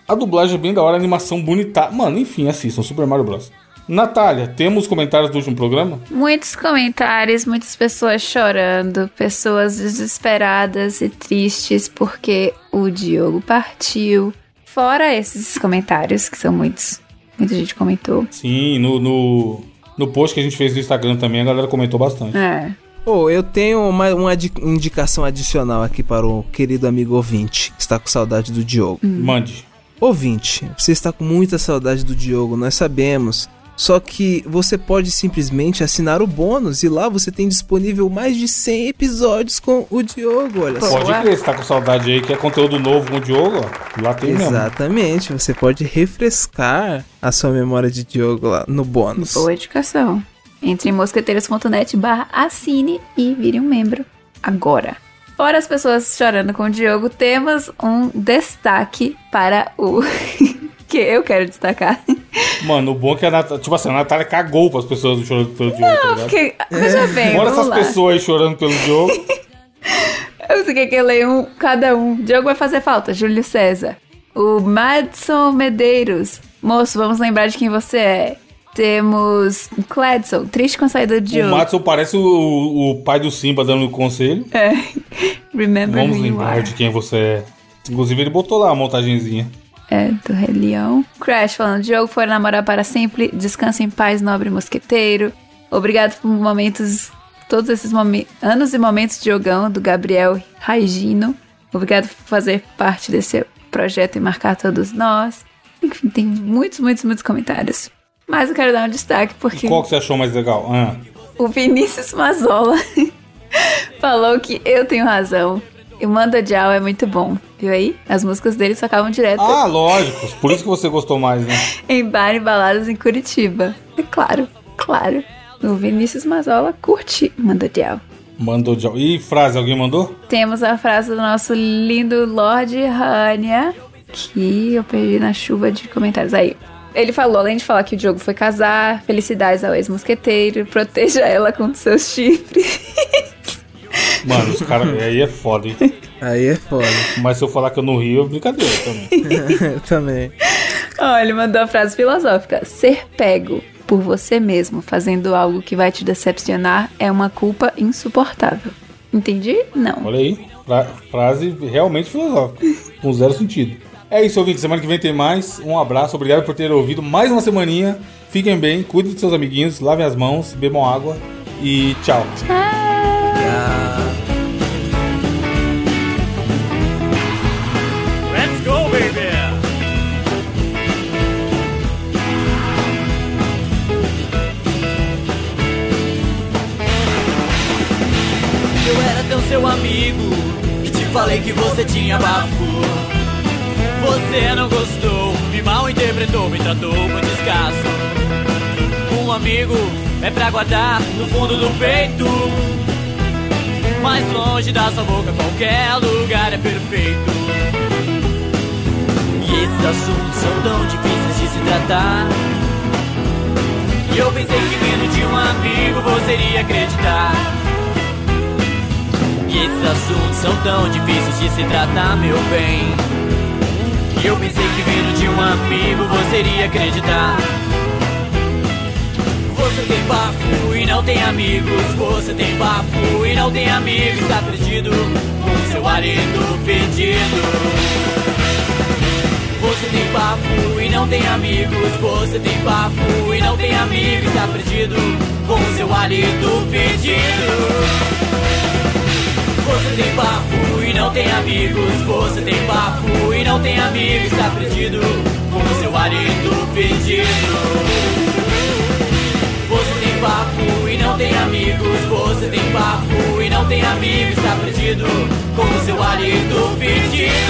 A dublagem é bem da hora, a animação bonita. Mano, enfim, assistam Super Mario Bros. Natália, temos comentários do último programa?
Muitos comentários, muitas pessoas chorando, pessoas desesperadas e tristes porque o Diogo partiu. Fora esses comentários, que são muitos, muita gente comentou.
Sim, no, no, no post que a gente fez do Instagram também, a galera comentou bastante.
É.
Ô, eu tenho uma, uma adi- indicação adicional aqui para o querido amigo ouvinte, que está com saudade do Diogo.
Uhum.
Mande.
Ouvinte, você está com muita saudade do Diogo, nós sabemos. Só que você pode simplesmente assinar o bônus e lá você tem disponível mais de 100 episódios com o Diogo, olha só.
Pode crer, você tá com saudade aí, que é conteúdo novo com o Diogo, ó. Lá tem mesmo.
Exatamente, você pode refrescar a sua memória de Diogo lá no bônus.
Boa educação. Entre em mosqueteiros.net barra assine e vire um membro agora. Fora as pessoas chorando com o Diogo, temos um destaque para o que eu quero destacar.
Mano, o bom é que a Natália. Tipo assim, a Natália cagou pras pessoas chorando pelo Diogo. tá
Não,
ligado?
porque. Veja bem.
Bora
vamos
essas
lá.
pessoas aí chorando pelo Diogo.
Eu sei que é que eu leio um, cada um. Diogo vai fazer falta. Júlio César. O Madison Medeiros. Moço, vamos lembrar de quem você é. Temos Cledson, triste com a saída do
o
Diogo.
Matson parece o, o- o pai do Simba dando conselho.
É. Remember
Vamos
who you
lembrar
are.
de quem você é. Inclusive, ele botou lá a montagenzinha.
É, do Rei Leão. Crash falando, Diogo foi namorar para sempre, descansa em paz, nobre mosqueteiro. Obrigado por momentos, todos esses momen- anos e momentos de jogão do Gabriel Raigino. Obrigado por fazer parte desse projeto e marcar todos nós. Enfim, tem muitos, muitos, muitos comentários. Mas eu quero dar um destaque porque
Qual que você achou mais legal? Ah,
o Vinícius Mazola falou que eu tenho razão. E o Manda Dial é muito bom. Viu aí? As músicas dele só acabam direto
ah lógico. Por isso que você gostou mais, né?
em bar e baladas em Curitiba. É claro, claro. O Vinícius Mazola curte Manda Dial.
Mandou de... Ih, frase, alguém mandou?
Temos a frase do nosso lindo Lorde Rania, que eu perdi na chuva de comentários aí. Ele falou, além de falar que o Diogo foi casar, felicidades ao ex-mosqueteiro, proteja ela com seus chifres.
Mano, os caras... aí é foda, hein?
Aí é foda.
Mas se eu falar que eu não rio, é brincadeira também.
também.
Ó, ele mandou a frase filosófica: ser pego por você mesmo fazendo algo que vai te decepcionar é uma culpa insuportável. Entendi? Não.
Olha aí. fra- frase realmente filosófica. Com zero sentido. É isso, ouvinte. Semana que vem tem mais. Um abraço. Obrigado por ter ouvido mais uma semaninha. Fiquem bem. Cuidem de seus amiguinhos. Lavem as mãos. Bebam água. E tchau.
Let's go, baby!
Eu era teu seu amigo e te falei que você tinha bafo. Você não gostou, me mal interpretou, me tratou com descaso. Um amigo é pra guardar no fundo do peito. Mais longe da sua boca, qualquer lugar é perfeito. E esses assuntos são tão difíceis de se tratar. E eu pensei que vindo de um amigo você iria acreditar. E esses assuntos são tão difíceis de se tratar, meu bem. Que eu pensei que vindo de um amigo você iria acreditar. Você tem bafo e não tem amigos. Você tem bafo e não tem amigos. Tá perdido com seu árido pedido. Você tem bafo e não tem amigos. Você tem bafo e não tem amigos. Tá perdido com seu árido pedido. Você tem bafo e não tem amigos. Você tem bafo e não tem amigos. Tá perdido com seu marido pedido. Você tem bafo e não tem amigos. Você tem bafo e não tem amigos. Tá perdido com seu marido pedido.